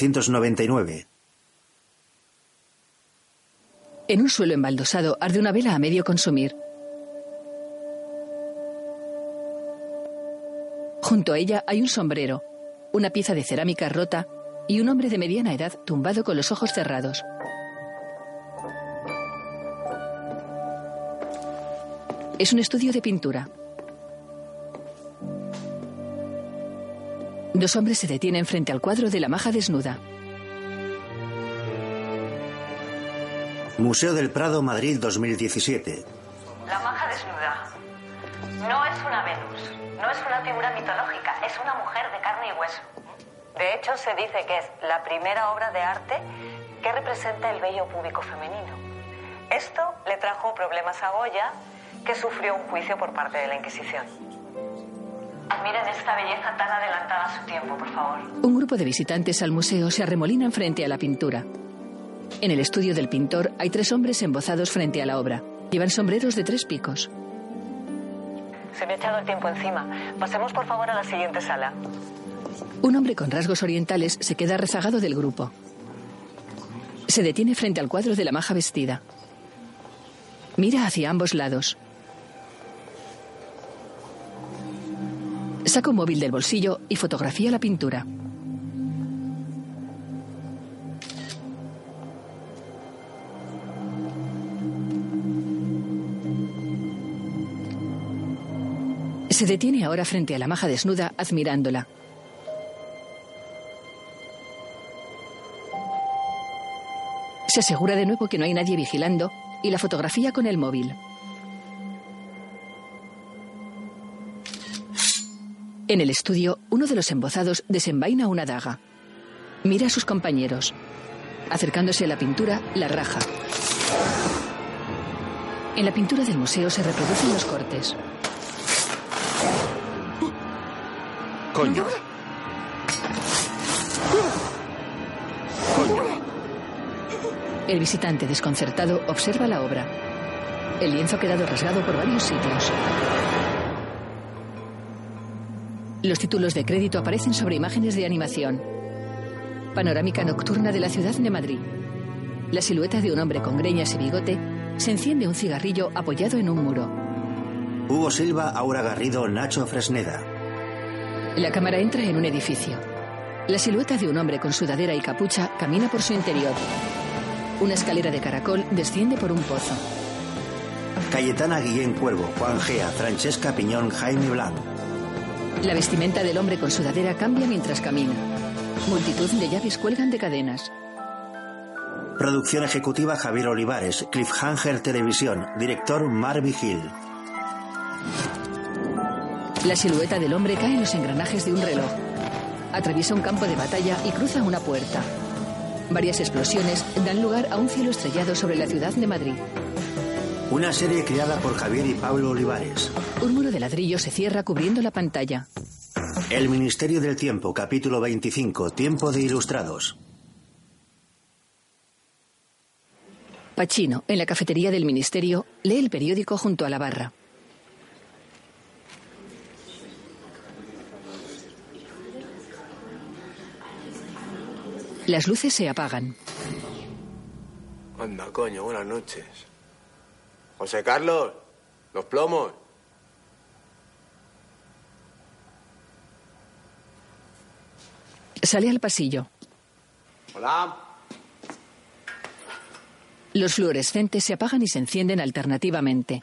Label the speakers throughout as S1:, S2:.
S1: 1799.
S2: En un suelo embaldosado arde una vela a medio consumir. Junto a ella hay un sombrero, una pieza de cerámica rota y un hombre de mediana edad tumbado con los ojos cerrados. Es un estudio de pintura. Dos hombres se detienen frente al cuadro de la maja desnuda.
S1: Museo del Prado, Madrid 2017.
S3: La maja desnuda. No es una Venus, no es una figura mitológica, es una mujer de carne y hueso. De hecho, se dice que es la primera obra de arte que representa el vello púbico femenino. Esto le trajo problemas a Goya, que sufrió un juicio por parte de la Inquisición. Admiren esta belleza tan adelantada a su tiempo, por favor.
S2: Un grupo de visitantes al museo se arremolinan frente a la pintura. En el estudio del pintor hay tres hombres embozados frente a la obra. Llevan sombreros de tres picos.
S3: Se me ha echado el tiempo encima. Pasemos, por favor, a la siguiente sala.
S2: Un hombre con rasgos orientales se queda rezagado del grupo. Se detiene frente al cuadro de la maja vestida. Mira hacia ambos lados. Saca un móvil del bolsillo y fotografía la pintura. Se detiene ahora frente a la maja desnuda, admirándola. Se asegura de nuevo que no hay nadie vigilando y la fotografía con el móvil. En el estudio, uno de los embozados desenvaina una daga. Mira a sus compañeros. Acercándose a la pintura, la raja. En la pintura del museo se reproducen los cortes.
S4: Coño.
S2: El visitante desconcertado observa la obra. El lienzo ha quedado rasgado por varios sitios. Los títulos de crédito aparecen sobre imágenes de animación. Panorámica nocturna de la ciudad de Madrid. La silueta de un hombre con greñas y bigote se enciende un cigarrillo apoyado en un muro.
S1: Hugo Silva, Aura Garrido, Nacho Fresneda.
S2: La cámara entra en un edificio. La silueta de un hombre con sudadera y capucha camina por su interior. Una escalera de caracol desciende por un pozo.
S1: Cayetana Guillén Cuervo, Juan Gea, Francesca Piñón, Jaime Blanc.
S2: La vestimenta del hombre con sudadera cambia mientras camina. Multitud de llaves cuelgan de cadenas.
S1: Producción ejecutiva Javier Olivares, Cliffhanger Televisión, director Marvin Hill.
S2: La silueta del hombre cae en los engranajes de un reloj. Atraviesa un campo de batalla y cruza una puerta. Varias explosiones dan lugar a un cielo estrellado sobre la ciudad de Madrid.
S1: Una serie creada por Javier y Pablo Olivares.
S2: Un muro de ladrillo se cierra cubriendo la pantalla.
S1: El Ministerio del Tiempo, capítulo 25, Tiempo de Ilustrados.
S2: Pachino, en la cafetería del Ministerio, lee el periódico junto a la barra. Las luces se apagan.
S5: Anda, coño, buenas noches. José Carlos, los plomos.
S2: Sale al pasillo.
S5: Hola.
S2: Los fluorescentes se apagan y se encienden alternativamente.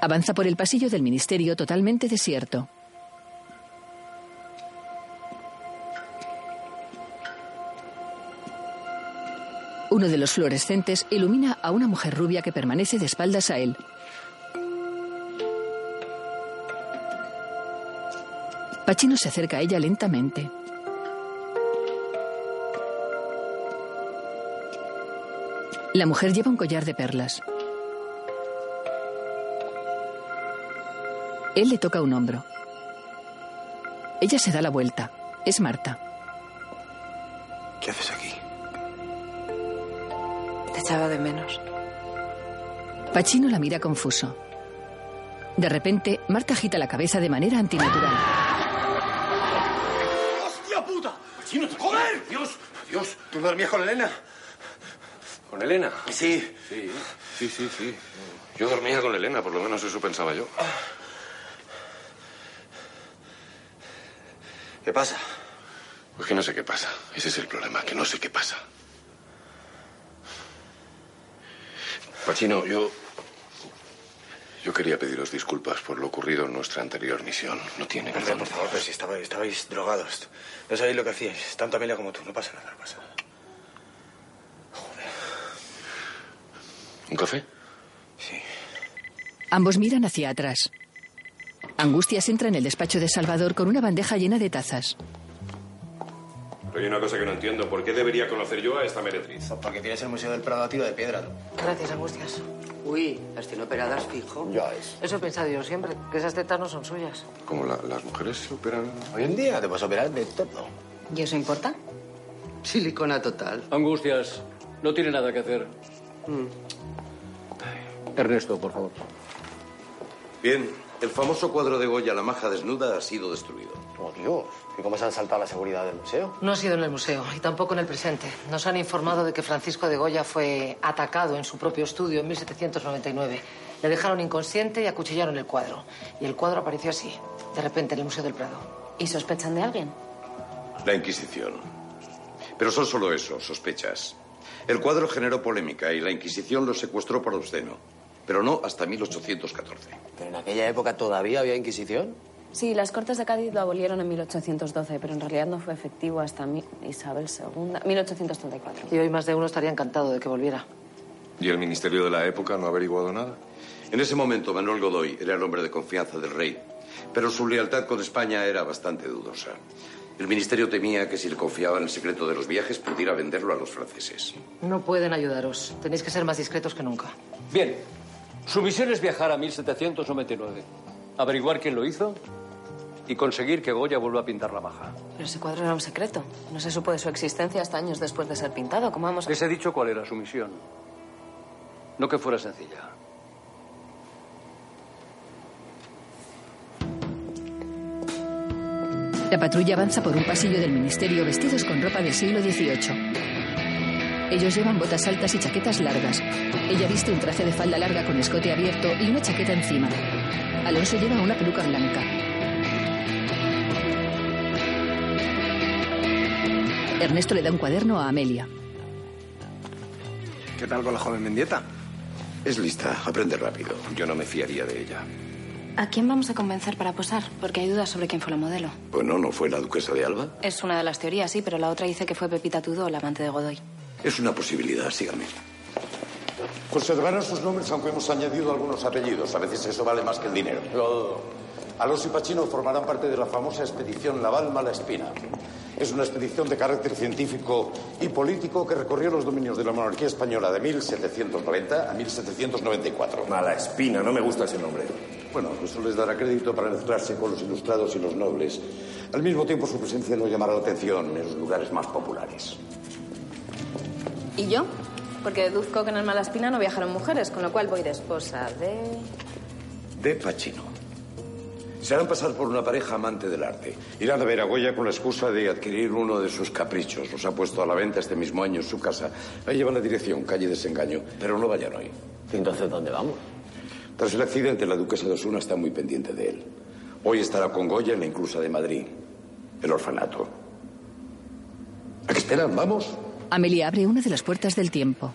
S2: Avanza por el pasillo del ministerio totalmente desierto. Uno de los fluorescentes ilumina a una mujer rubia que permanece de espaldas a él. Pachino se acerca a ella lentamente. La mujer lleva un collar de perlas. Él le toca un hombro. Ella se da la vuelta. Es Marta.
S5: ¿Qué haces aquí?
S3: Te echaba de menos.
S2: Pachino la mira confuso. De repente, Marta agita la cabeza de manera antinatural.
S6: Martino, ¡Joder! Dios, Dios.
S7: ¿Tú dormías con Elena?
S6: ¿Con Elena?
S7: Sí.
S6: Sí, sí, sí, sí. Yo dormía con Elena, por lo menos eso pensaba yo.
S7: ¿Qué pasa?
S6: Pues que no sé qué pasa. Ese es el problema, que no sé qué pasa. Pachino, yo. Yo quería pediros disculpas por lo ocurrido en nuestra anterior misión. No tiene
S7: Perdón,
S6: perdón,
S7: por favor, Oh, pero si estabais, estabais drogados. No sabéis lo que hacíais. Tanto Amelia como tú. No pasa nada, no pasa nada.
S6: ¿Un café?
S7: Sí.
S2: Ambos miran hacia atrás. Angustias entra en el despacho de Salvador con una bandeja llena de tazas.
S6: Pero hay una cosa que no entiendo. ¿Por qué debería conocer yo a esta meretriz?
S7: Pues porque tienes el Museo del Prado a tiro de piedra, tú.
S8: Gracias, Angustias. Uy, las tiene operadas fijo.
S7: Ya es.
S8: Eso he pensado yo siempre, que esas tetas no son suyas.
S6: Como las mujeres se operan.
S7: Hoy en día te puedes operar de todo.
S8: ¿Y eso importa? Silicona total.
S9: Angustias, no tiene nada que hacer. Ernesto, por favor.
S10: Bien, el famoso cuadro de Goya, La maja desnuda, ha sido destruido.
S7: Oh, Dios. ¿Y cómo se han saltado la seguridad del museo?
S8: No ha sido en el museo y tampoco en el presente. Nos han informado de que Francisco de Goya fue atacado en su propio estudio en 1799. Le dejaron inconsciente y acuchillaron el cuadro. Y el cuadro apareció así, de repente en el Museo del Prado.
S11: ¿Y sospechan de alguien?
S10: La Inquisición. Pero son solo eso, sospechas. El cuadro generó polémica y la Inquisición lo secuestró por obsceno. Pero no hasta 1814.
S7: Pero en aquella época todavía había Inquisición.
S11: Sí, las Cortes de Cádiz lo abolieron en 1812, pero en realidad no fue efectivo hasta mi- Isabel II, 1834.
S8: Y hoy más de uno estaría encantado de que volviera.
S6: ¿Y el ministerio de la época no ha averiguado nada?
S10: En ese momento, Manuel Godoy era el hombre de confianza del rey, pero su lealtad con España era bastante dudosa. El ministerio temía que si le confiaban el secreto de los viajes pudiera venderlo a los franceses.
S8: No pueden ayudaros. Tenéis que ser más discretos que nunca.
S9: Bien, su misión es viajar a 1799, averiguar quién lo hizo y conseguir que Goya vuelva a pintar la maja.
S11: Pero ese cuadro era un secreto. No se supo de su existencia hasta años después de ser pintado. ¿Cómo vamos a...
S9: Les he dicho cuál era su misión. No que fuera sencilla.
S2: La patrulla avanza por un pasillo del ministerio vestidos con ropa del siglo XVIII. Ellos llevan botas altas y chaquetas largas. Ella viste un traje de falda larga con escote abierto y una chaqueta encima. Alonso lleva una peluca blanca. Ernesto le da un cuaderno a Amelia.
S7: ¿Qué tal con la joven Mendieta?
S10: Es lista, aprende rápido.
S6: Yo no me fiaría de ella.
S11: ¿A quién vamos a convencer para posar? Porque hay dudas sobre quién fue la modelo.
S10: Pues no, no fue la duquesa de Alba.
S11: Es una de las teorías, sí, pero la otra dice que fue Pepita Tudó, la amante de Godoy.
S10: Es una posibilidad, sígame.
S12: Conservarán sus nombres aunque hemos añadido algunos apellidos. A veces eso vale más que el dinero. Lo dudo. Alonso y Pachino formarán parte de la famosa expedición Naval Mala Espina. Es una expedición de carácter científico y político que recorrió los dominios de la monarquía española de 1790 a 1794.
S7: Mala espina, no me gusta ese nombre.
S12: Bueno, pues eso les dará crédito para mezclarse con los ilustrados y los nobles. Al mismo tiempo, su presencia no llamará la atención en los lugares más populares.
S11: ¿Y yo? Porque deduzco que en el Malaspina no viajaron mujeres, con lo cual voy de esposa de...
S10: De Pacino. Se harán pasar por una pareja amante del arte.
S12: Irán a ver a Goya con la excusa de adquirir uno de sus caprichos. Los ha puesto a la venta este mismo año en su casa. Ahí llevan la dirección, calle Desengaño. Pero no vayan hoy.
S7: Entonces, ¿dónde vamos?
S12: Tras el accidente, la duquesa de Osuna está muy pendiente de él. Hoy estará con Goya en la inclusa de Madrid. El orfanato. ¿A qué esperan? ¿Vamos?
S2: Amelia abre una de las puertas del tiempo.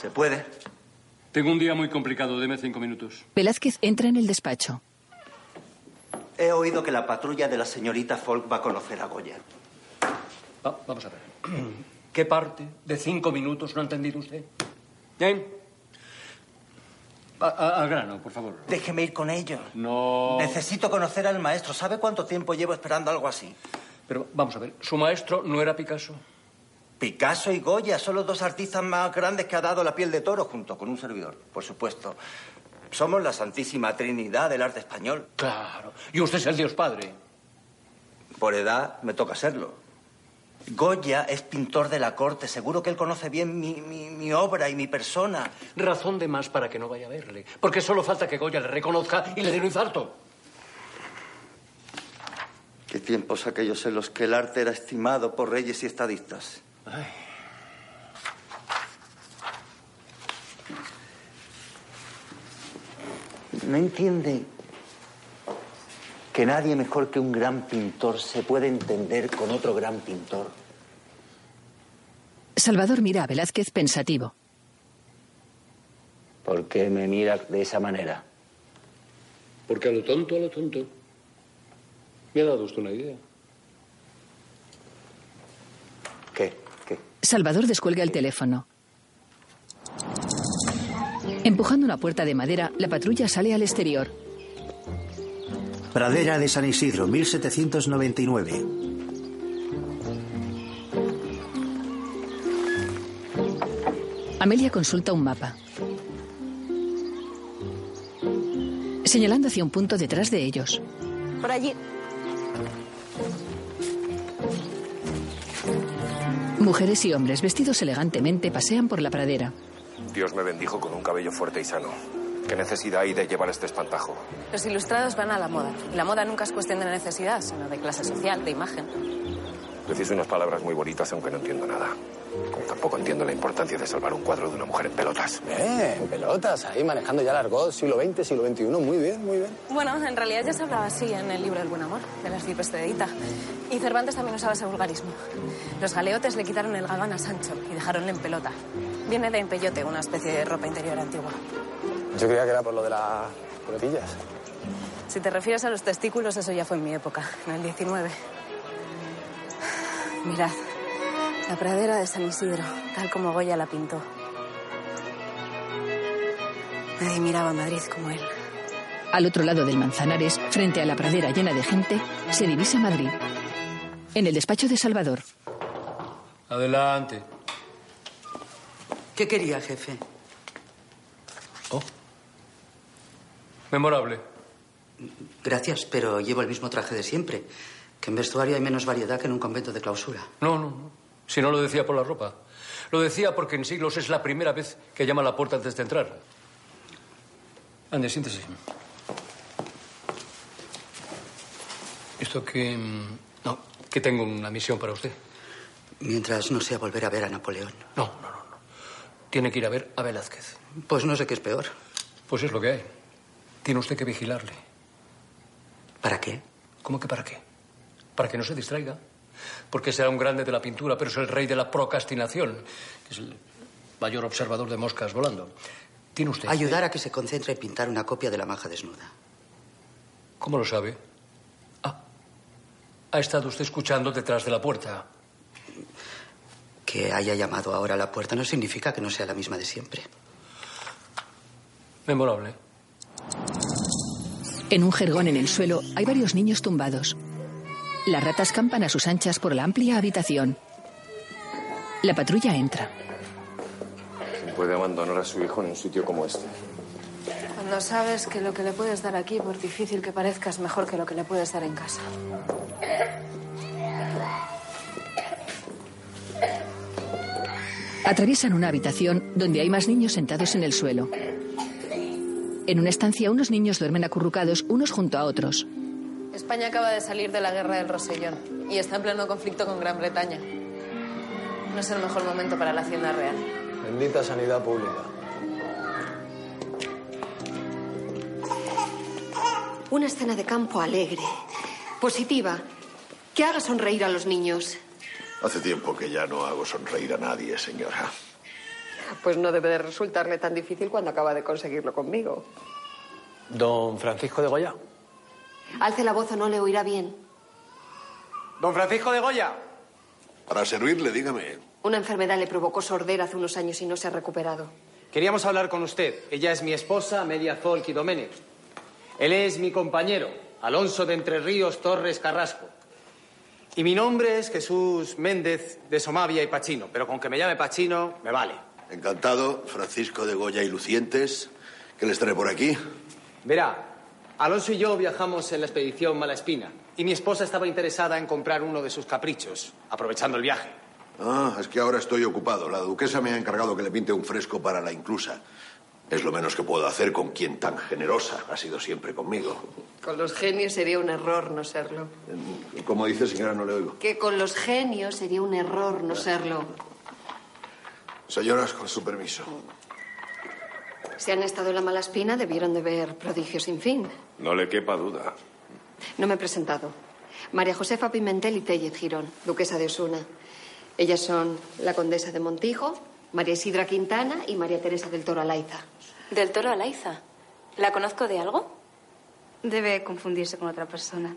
S7: Se puede.
S9: Tengo un día muy complicado, deme cinco minutos.
S2: Velázquez entra en el despacho.
S13: He oído que la patrulla de la señorita Folk va a conocer a Goya.
S9: Va- vamos a ver. ¿Qué parte de cinco minutos no ha entendido usted? ¿Eh? A- a- al grano, por favor.
S14: Déjeme ir con ellos.
S9: No.
S14: Necesito conocer al maestro. ¿Sabe cuánto tiempo llevo esperando algo así?
S9: Pero vamos a ver, su maestro no era Picasso.
S14: Picasso y Goya son los dos artistas más grandes que ha dado la piel de toro, junto con un servidor, por supuesto. Somos la santísima trinidad del arte español.
S9: Claro. Y usted es el Dios Padre.
S14: Por edad me toca serlo. Goya es pintor de la corte. Seguro que él conoce bien mi, mi- mi obra y mi persona.
S9: Razón de más para que no vaya a verle. Porque solo falta que Goya le reconozca y le dé un infarto.
S14: Qué tiempos aquellos en los que el arte era estimado por reyes y estadistas. ¿No entiende que nadie mejor que un gran pintor se puede entender con otro gran pintor?
S2: Salvador mira a Velázquez pensativo.
S15: ¿Por qué me miras de esa manera?
S9: Porque a lo tonto, a lo tonto. Me ha dado usted una idea.
S14: ¿Qué?
S2: Salvador descuelga el teléfono. Empujando una puerta de madera, la patrulla sale al exterior.
S1: Pradera de San Isidro, 1799.
S2: Amelia consulta un mapa. Señalando hacia un punto detrás de ellos.
S16: Por allí.
S2: Mujeres y hombres vestidos elegantemente pasean por la pradera.
S6: Dios me bendijo con un cabello fuerte y sano. ¿Qué necesidad hay de llevar este espantajo?
S11: Los ilustrados van a la moda. Y la moda nunca es cuestión de necesidad, sino de clase social, de imagen.
S6: Decís unas palabras muy bonitas, aunque no entiendo nada. Como tampoco entiendo la importancia de salvar un cuadro de una mujer en pelotas.
S17: Eh, en pelotas, ahí manejando ya el argot, siglo XX, siglo XXI, muy bien, muy bien.
S11: Bueno, en realidad ya se hablaba así en el libro El buen amor, de las flipes de Edita. Y Cervantes también usaba ese vulgarismo. Los galeotes le quitaron el gabán a Sancho y dejaronle en pelota. Viene de empellote, una especie de ropa interior antigua.
S17: Yo creía que era por lo de las pelotillas.
S11: Si te refieres a los testículos, eso ya fue en mi época, en el 19. Mirad, la pradera de San Isidro, tal como Goya la pintó. Nadie miraba a Madrid como él.
S2: Al otro lado del Manzanares, frente a la pradera llena de gente, se divisa Madrid. En el despacho de Salvador,
S9: Adelante.
S3: ¿Qué quería, jefe?
S9: Oh. Memorable.
S3: Gracias, pero llevo el mismo traje de siempre. Que en vestuario hay menos variedad que en un convento de clausura.
S9: No, no, no. Si no lo decía por la ropa. Lo decía porque en siglos es la primera vez que llama a la puerta antes de entrar. Ande, siéntese. Esto que... mm, No, que tengo una misión para usted.
S3: Mientras no sea volver a ver a Napoleón.
S9: No, no, no. no. Tiene que ir a ver a Velázquez.
S3: Pues no sé qué es peor.
S9: Pues es lo que hay. Tiene usted que vigilarle.
S3: ¿Para qué?
S9: ¿Cómo que para qué? Para que no se distraiga. Porque será un grande de la pintura, pero es el rey de la procrastinación. Que es el mayor observador de moscas volando. Tiene usted...
S3: Ayudar a que se concentre en pintar una copia de la maja desnuda.
S9: ¿Cómo lo sabe? Ah, ha estado usted escuchando detrás de la puerta.
S3: Que haya llamado ahora a la puerta no significa que no sea la misma de siempre.
S9: Memorable.
S2: en un jergón en el suelo, hay varios niños tumbados. Las ratas campan a sus anchas por la amplia habitación. La patrulla entra.
S18: ¿Quién puede abandonar a su hijo en un sitio como este?
S11: Cuando sabes que lo que le puedes dar aquí, por difícil que parezca, es mejor que lo que le puedes dar en casa.
S2: Atraviesan una habitación donde hay más niños sentados en el suelo. En una estancia unos niños duermen acurrucados unos junto a otros.
S11: España acaba de salir de la guerra del Rosellón y está en pleno conflicto con Gran Bretaña. No es el mejor momento para la Hacienda Real.
S17: Bendita sanidad pública.
S19: Una escena de campo alegre, positiva, que haga sonreír a los niños.
S12: Hace tiempo que ya no hago sonreír a nadie, señora.
S20: Pues no debe de resultarle tan difícil cuando acaba de conseguirlo conmigo.
S17: Don Francisco de Goya.
S19: Alce la voz o no le oirá bien.
S17: Don Francisco de Goya.
S12: Para servirle, dígame.
S19: Una enfermedad le provocó sordera hace unos años y no se ha recuperado.
S7: Queríamos hablar con usted. Ella es mi esposa, Media Zol Quidoménez. Él es mi compañero, Alonso de Entre Ríos Torres Carrasco. Y mi nombre es Jesús Méndez de Somavia y Pachino, pero con que me llame Pachino me vale.
S12: Encantado, Francisco de Goya y Lucientes. ¿Qué les trae por aquí?
S7: Verá, Alonso y yo viajamos en la expedición Malaspina y mi esposa estaba interesada en comprar uno de sus caprichos, aprovechando el viaje.
S12: Ah, es que ahora estoy ocupado. La duquesa me ha encargado que le pinte un fresco para la inclusa. Es lo menos que puedo hacer con quien tan generosa ha sido siempre conmigo.
S21: Con los genios sería un error no serlo.
S12: Como dice, señora, no le oigo.
S19: Que con los genios sería un error no serlo.
S12: Señoras, con su permiso.
S19: Si han estado en la mala espina, debieron de ver prodigios sin fin.
S22: No le quepa duda.
S19: No me he presentado. María Josefa Pimentel y Tellez Girón, duquesa de Osuna. Ellas son la condesa de Montijo, María Isidra Quintana y María Teresa del Toro Alaiza.
S11: Del toro a Laiza. ¿La conozco de algo? Debe confundirse con otra persona.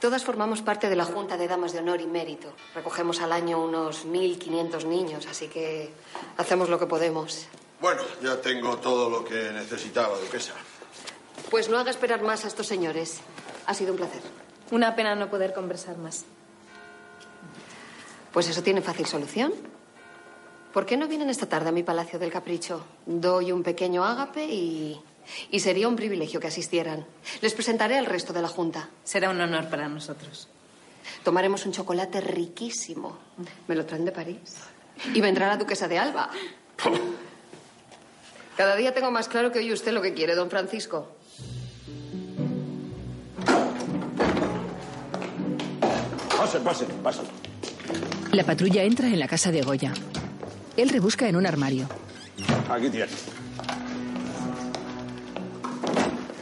S19: Todas formamos parte de la Junta de Damas de Honor y Mérito. Recogemos al año unos 1.500 niños, así que hacemos lo que podemos.
S12: Bueno, ya tengo todo lo que necesitaba, duquesa.
S19: Pues no haga esperar más a estos señores. Ha sido un placer.
S11: Una pena no poder conversar más.
S19: Pues eso tiene fácil solución. ¿Por qué no vienen esta tarde a mi Palacio del Capricho? Doy un pequeño ágape y... Y sería un privilegio que asistieran. Les presentaré al resto de la Junta.
S11: Será un honor para nosotros.
S19: Tomaremos un chocolate riquísimo. Me lo traen de París. Y vendrá la duquesa de Alba. Cada día tengo más claro que oye usted lo que quiere, don Francisco.
S23: Pasen, pasen, pasen.
S2: La patrulla entra en la casa de Goya. Él rebusca en un armario.
S23: Aquí tiene.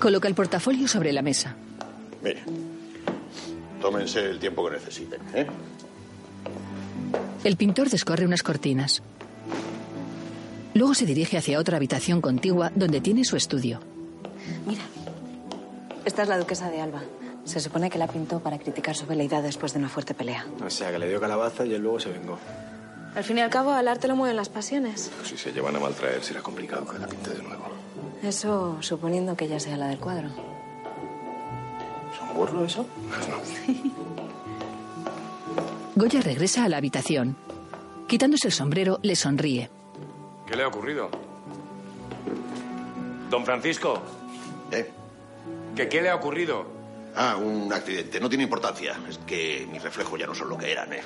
S2: Coloca el portafolio sobre la mesa.
S12: Mire, tómense el tiempo que necesiten, ¿eh?
S2: El pintor descorre unas cortinas. Luego se dirige hacia otra habitación contigua donde tiene su estudio.
S11: Esta es la duquesa de Alba. Se supone que la pintó para criticar su veleidad después de una fuerte pelea.
S7: O sea, que le dio calabaza y él luego se vengó.
S24: Al fin y al cabo, al arte lo mueven las pasiones.
S6: Si se llevan a maltraer, será complicado que la pinte de nuevo.
S11: Eso suponiendo que ella sea la del cuadro.
S7: ¿Es un burlo eso?
S2: Goya regresa a la habitación. Quitándose el sombrero, le sonríe.
S22: ¿Qué le ha ocurrido? Don Francisco.
S12: ¿Eh?
S22: ¿Que ¿Qué le ha ocurrido?
S12: Ah, un accidente. No tiene importancia. Es que mis reflejos ya no son lo que eran, ¿eh?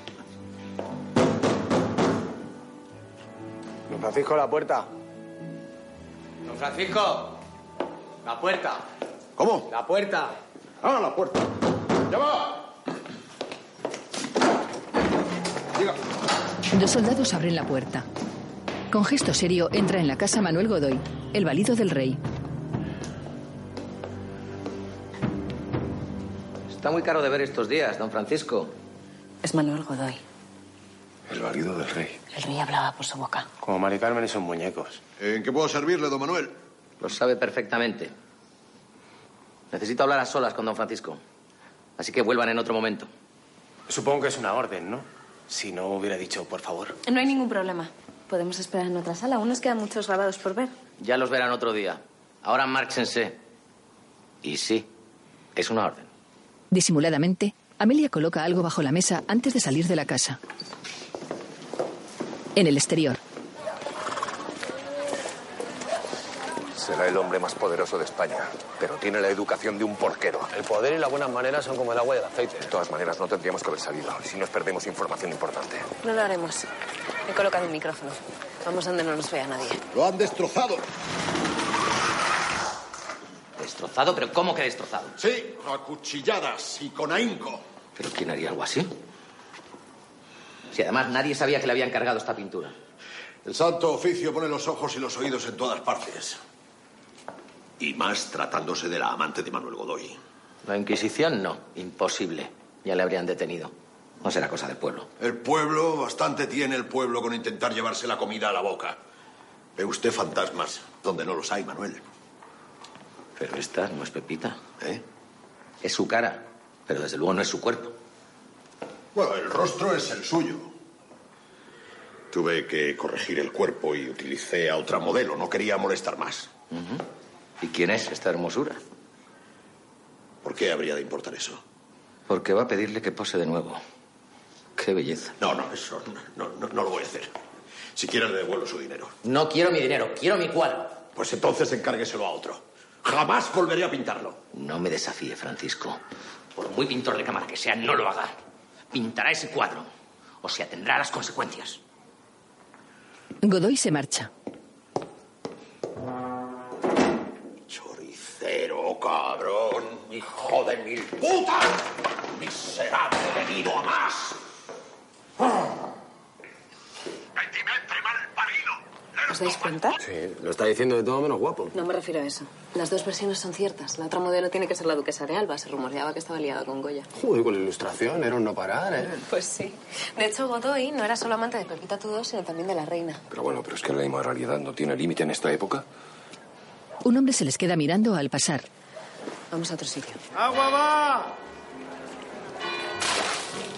S7: Don Francisco, la puerta.
S25: Don Francisco, la puerta.
S7: ¿Cómo?
S25: La puerta.
S23: Ah, la puerta.
S7: ¡Llama!
S2: Dos soldados abren la puerta. Con gesto serio entra en la casa Manuel Godoy, el valido del rey.
S26: Está muy caro de ver estos días, don Francisco.
S11: Es Manuel Godoy.
S6: El válido del rey.
S11: El rey hablaba por su boca.
S7: Como Mari Carmen y sus muñecos.
S12: ¿En qué puedo servirle, don Manuel?
S26: Lo sabe perfectamente. Necesito hablar a solas con don Francisco. Así que vuelvan en otro momento.
S7: Supongo que es una orden, ¿no? Si no hubiera dicho, por favor.
S11: No hay ningún problema. Podemos esperar en otra sala. Aún nos quedan muchos grabados por ver.
S26: Ya los verán otro día. Ahora márchense. Y sí, es una orden.
S2: Disimuladamente, Amelia coloca algo bajo la mesa antes de salir de la casa. En el exterior,
S6: Será el hombre más poderoso de España, pero tiene la educación de un porquero.
S27: El poder y las buenas maneras son como el agua y el aceite.
S6: De todas maneras, no tendríamos que haber salido, si nos perdemos información importante.
S24: No lo haremos. He colocado un micrófono. Vamos donde no nos vea nadie.
S12: Lo han destrozado.
S26: ¿Destrozado? ¿Pero cómo que destrozado?
S12: Sí, a cuchilladas y con ahínco.
S26: ¿Pero quién haría algo así? Si además nadie sabía que le había encargado esta pintura.
S12: El santo oficio pone los ojos y los oídos en todas partes. Y más tratándose de la amante de Manuel Godoy.
S26: La Inquisición no, imposible. Ya le habrían detenido. No será cosa del pueblo.
S12: El pueblo, bastante tiene el pueblo con intentar llevarse la comida a la boca. Ve usted fantasmas donde no los hay, Manuel.
S26: Pero esta no es Pepita.
S12: ¿Eh?
S26: Es su cara, pero desde luego no es su cuerpo.
S12: Bueno, el rostro es el suyo. Tuve que corregir el cuerpo y utilicé a otra modelo. No quería molestar más.
S26: Ujú. ¿Y quién es esta hermosura?
S12: ¿Por qué habría de importar eso?
S26: Porque va a pedirle que pose de nuevo. Qué belleza.
S12: No, no, eso no, no- no lo voy a hacer. Si quieres, le devuelvo su dinero.
S26: No quiero mi dinero, quiero mi cuadro.
S12: Pues entonces encárgueselo a otro. Jamás volveré a pintarlo.
S26: No me desafíe, Francisco. Por muy pintor de cámara que sea, no lo haga. Pintará ese cuadro. O sea, tendrá las consecuencias.
S2: Godoy se marcha.
S28: ¡Hijo de mil puta! ¡Miserable venido a más!
S11: ¿Os dais cuenta?
S29: Sí, lo está diciendo de todo menos guapo.
S11: No me refiero a eso. Las dos versiones son ciertas. La otra modelo tiene que ser la duquesa de Alba. Se rumoreaba que estaba liada con Goya.
S29: Joder, con la ilustración, era un no parar, ¿eh?
S11: Pues sí. De hecho, Godoy no era solo amante de Pepita Tudor, sino también de la reina.
S9: Pero bueno, pero es que la inmoralidad no tiene límite en esta época.
S2: Un hombre se les queda mirando al pasar.
S11: Vamos a otro sitio.
S30: ¡Agua va!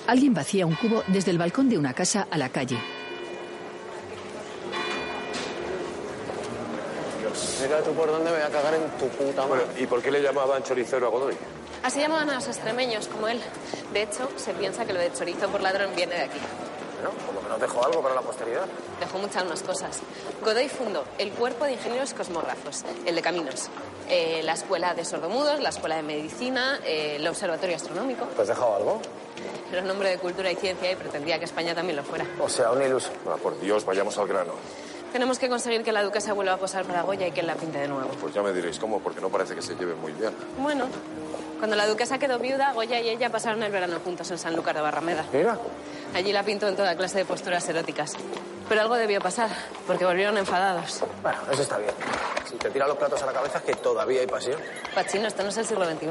S2: Alguien vacía un cubo desde el balcón de una casa a la calle.
S29: Mira tú por dónde me voy a cagar en tu puta madre. ¿Y por qué le llamaban choricero a Godoy?
S11: Así llamaban a los extremeños, como él. De hecho, se piensa que lo de chorizo por ladrón viene de aquí.
S29: Bueno, por lo menos dejó algo para la posteridad.
S11: Dejó muchas más cosas. Godoy fundó el Cuerpo de Ingenieros Cosmógrafos, el de Caminos, eh, la Escuela de Sordomudos, la Escuela de Medicina, eh, el Observatorio Astronómico.
S29: ¿Pues dejado algo?
S11: Era un hombre de cultura y ciencia y pretendía que España también lo fuera.
S29: O sea, un iluso. Ah, por Dios, vayamos al grano.
S11: Tenemos que conseguir que la duquesa vuelva a posar para Goya y que él la pinte de nuevo.
S9: Pues ya me diréis cómo, porque no parece que se lleven muy bien.
S11: Bueno, cuando la duquesa quedó viuda, Goya y ella pasaron el verano juntos en Sanlúcar de Barrameda.
S29: Mira.
S11: Allí la pintó en toda clase de posturas eróticas. Pero algo debió pasar, porque volvieron enfadados.
S29: Bueno, eso está bien. Si te tiran los platos a la cabeza es que todavía hay pasión.
S11: Pachino, esto no es el siglo XXI.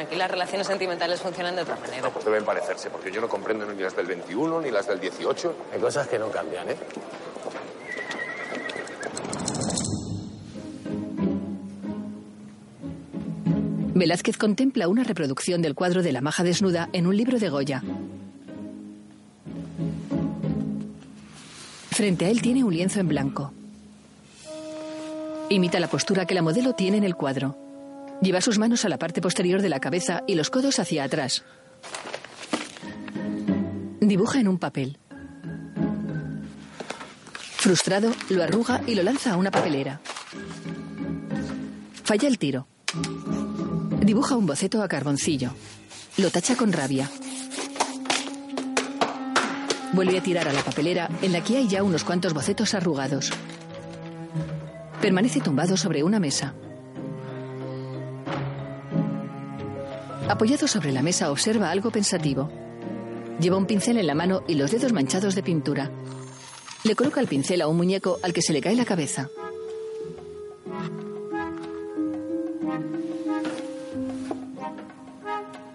S11: Aquí las relaciones sentimentales funcionan de otra manera.
S9: Pues deben parecerse, porque yo no comprendo ni las del 21 ni las del 18.
S29: Hay cosas que no cambian, ¿eh?
S2: Velázquez contempla una reproducción del cuadro de la maja desnuda en un libro de Goya. Frente a él tiene un lienzo en blanco. Imita la postura que la modelo tiene en el cuadro. Lleva sus manos a la parte posterior de la cabeza y los codos hacia atrás. Dibuja en un papel. Frustrado, lo arruga y lo lanza a una papelera. Falla el tiro. Dibuja un boceto a carboncillo. Lo tacha con rabia. Vuelve a tirar a la papelera, en la que hay ya unos cuantos bocetos arrugados. Permanece tumbado sobre una mesa. Apoyado sobre la mesa, observa algo pensativo. Lleva un pincel en la mano y los dedos manchados de pintura. Le coloca el pincel a un muñeco al que se le cae la cabeza.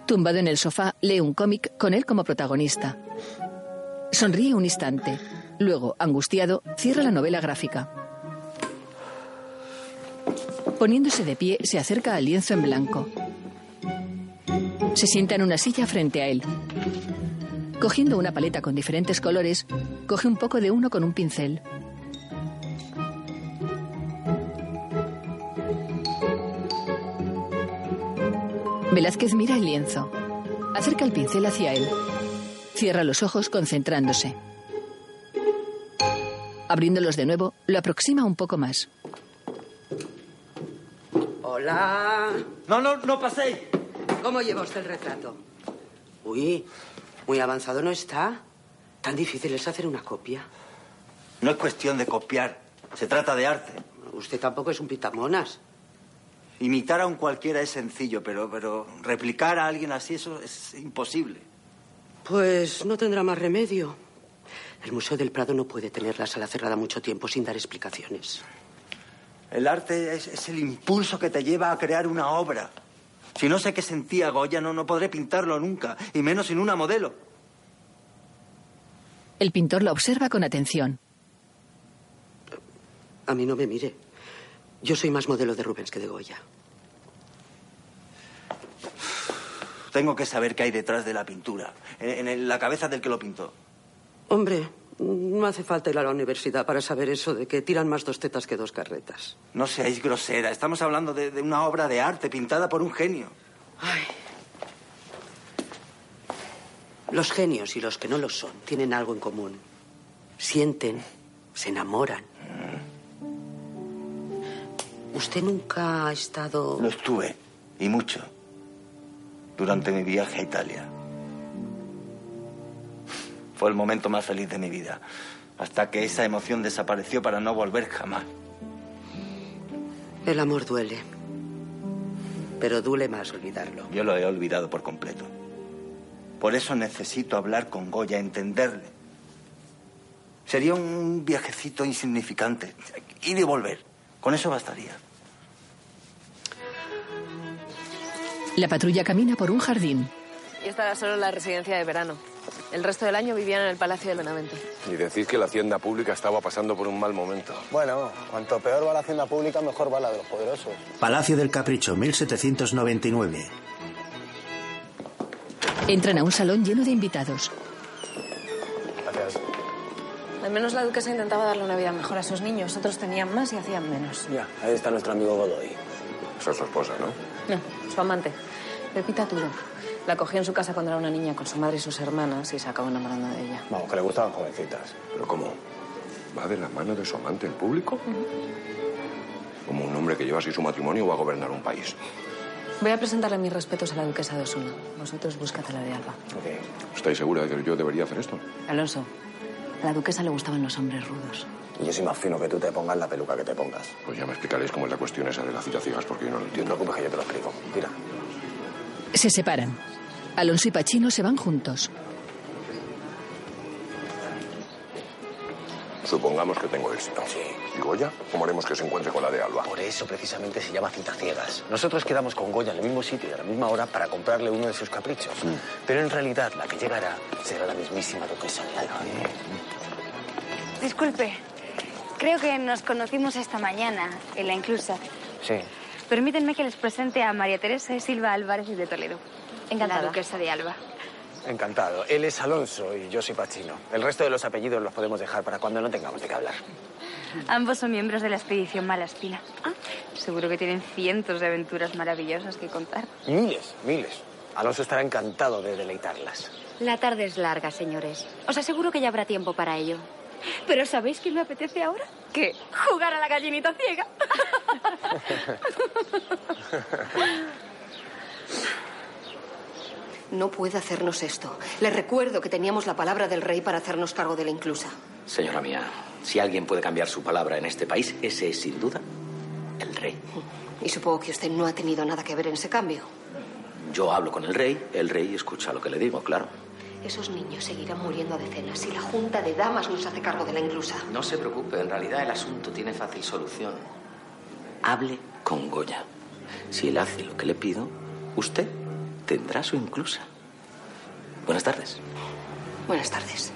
S2: Tumbado en el sofá, lee un cómic con él como protagonista. Sonríe un instante. Luego, angustiado, cierra la novela gráfica. Poniéndose de pie, se acerca al lienzo en blanco. Se sienta en una silla frente a él. Cogiendo una paleta con diferentes colores, coge un poco de uno con un pincel. Velázquez mira el lienzo. Acerca el pincel hacia él. Cierra los ojos concentrándose. Abriéndolos de nuevo, lo aproxima un poco más.
S3: Hola.
S7: No, no, no paséis.
S3: ¿Cómo lleva usted el retrato? Uy, muy avanzado no está. Tan difícil es hacer una copia.
S14: No es cuestión de copiar. Se trata de arte.
S3: Usted tampoco es un pitamonas.
S14: Imitar a un cualquiera es sencillo, pero, pero replicar a alguien así, eso es imposible.
S3: Pues no tendrá más remedio. El Museo del Prado no puede tener la sala cerrada mucho tiempo sin dar explicaciones.
S14: El arte es, es el impulso que te lleva a crear una obra. Si no sé qué sentía Goya, no, no podré pintarlo nunca, y menos sin una modelo.
S2: El pintor la observa con atención.
S3: A mí no me mire. Yo soy más modelo de Rubens que de Goya.
S14: Tengo que saber qué hay detrás de la pintura, en, en la cabeza del que lo pintó.
S3: Hombre, no hace falta ir a la universidad para saber eso de que tiran más dos tetas que dos carretas.
S14: No seáis grosera, estamos hablando de, de una obra de arte pintada por un genio.
S3: Ay. Los genios y los que no lo son tienen algo en común. Sienten, se enamoran. ¿Usted nunca ha estado...?
S14: Lo estuve, y mucho, durante mi viaje a Italia. Fue el momento más feliz de mi vida, hasta que esa emoción desapareció para no volver jamás.
S3: El amor duele.
S31: Pero duele más olvidarlo.
S14: Yo lo he olvidado por completo. Por eso necesito hablar con Goya, entenderle. Sería un viajecito insignificante. Ir y volver. Con eso bastaría.
S2: La patrulla camina por un jardín.
S11: Y esta era solo la residencia de verano. El resto del año vivían en el Palacio del Benavente.
S6: Y decís que la hacienda pública estaba pasando por un mal momento.
S29: Bueno, cuanto peor va la hacienda pública, mejor va la de los poderosos.
S1: Palacio del Capricho, 1799.
S2: Entran a un salón lleno de invitados.
S29: Gracias.
S11: Al menos la duquesa intentaba darle una vida mejor a sus niños. Otros tenían más y hacían menos.
S29: Ya, ahí está nuestro amigo Godoy.
S6: Esa es su esposa, ¿no?
S11: No, su amante, Pepita Turo. La cogió en su casa cuando era una niña con su madre y sus hermanas y se acabó enamorando de ella.
S29: Vamos, que le gustaban jovencitas.
S6: ¿Pero cómo? ¿Va de la mano de su amante en público? Como un hombre que lleva así su matrimonio va a gobernar un país.
S11: Voy a presentarle mis respetos a la duquesa de Osuna. Vosotros búscatela de Alba.
S6: ¿Estáis segura de que yo debería hacer esto?
S11: Alonso, a la duquesa le gustaban los hombres rudos.
S29: Y yo soy más fino que tú te pongas la peluca que te pongas.
S6: Pues ya me explicaréis cómo es la cuestión esa de las citas ciegas porque yo no lo entiendo. No te preocupes que yo te lo explico. Mira.
S2: Se separan. Alonso y Pachino se van juntos.
S6: Supongamos que tengo éxito. Sí. ¿Y Goya? ¿Cómo haremos que se encuentre con la de Alba?
S7: Por eso precisamente se llama cita ciegas. Nosotros quedamos con Goya en el mismo sitio y a la misma hora para comprarle uno de sus caprichos. Pero en realidad la que llegará será la mismísima duquesa de Alba.
S32: Disculpe, creo que nos conocimos esta mañana en la inclusa.
S7: Sí.
S32: Permítanme que les presente a María Teresa y Silva Álvarez de Toledo.
S11: Encantada.
S32: La duquesa de Alba.
S7: Encantado. Él es Alonso y yo soy Pachino. El resto de los apellidos los podemos dejar para cuando no tengamos de qué hablar.
S32: Ambos son miembros de la expedición Malaspina. Ah, Seguro que tienen cientos de aventuras maravillosas que contar.
S7: Miles, miles. Alonso estará encantado de deleitarlas.
S32: La tarde es larga, señores. Os aseguro que ya habrá tiempo para ello. Pero ¿sabéis qué me apetece ahora? ¿Qué? Jugar a la gallinita ciega.
S19: No puede hacernos esto. Le recuerdo que teníamos la palabra del rey para hacernos cargo de la inclusa.
S26: Señora mía, si alguien puede cambiar su palabra en este país, ese es sin duda el rey.
S19: Y supongo que usted no ha tenido nada que ver en ese cambio.
S26: Yo hablo con el rey, el rey escucha lo que le digo, claro.
S19: Esos niños seguirán muriendo a decenas si la Junta de Damas nos hace cargo de la inclusa.
S26: No se preocupe, en realidad el asunto tiene fácil solución. Hable con Goya. Si él hace lo que le pido, usted tendrá su inclusa. Buenas tardes.
S19: Buenas tardes.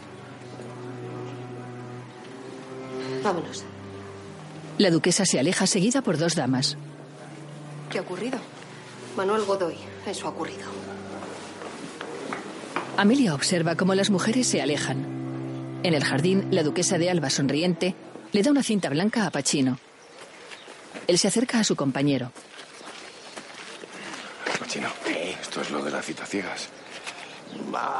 S19: Vámonos.
S2: La duquesa se aleja seguida por dos damas.
S19: ¿Qué ha ocurrido? Manuel Godoy, eso ha ocurrido.
S2: Amelia observa cómo las mujeres se alejan. En el jardín, la duquesa de Alba, sonriente, le da una cinta blanca a Pachino. Él se acerca a su compañero.
S6: Chino, esto es lo de las citas ciegas.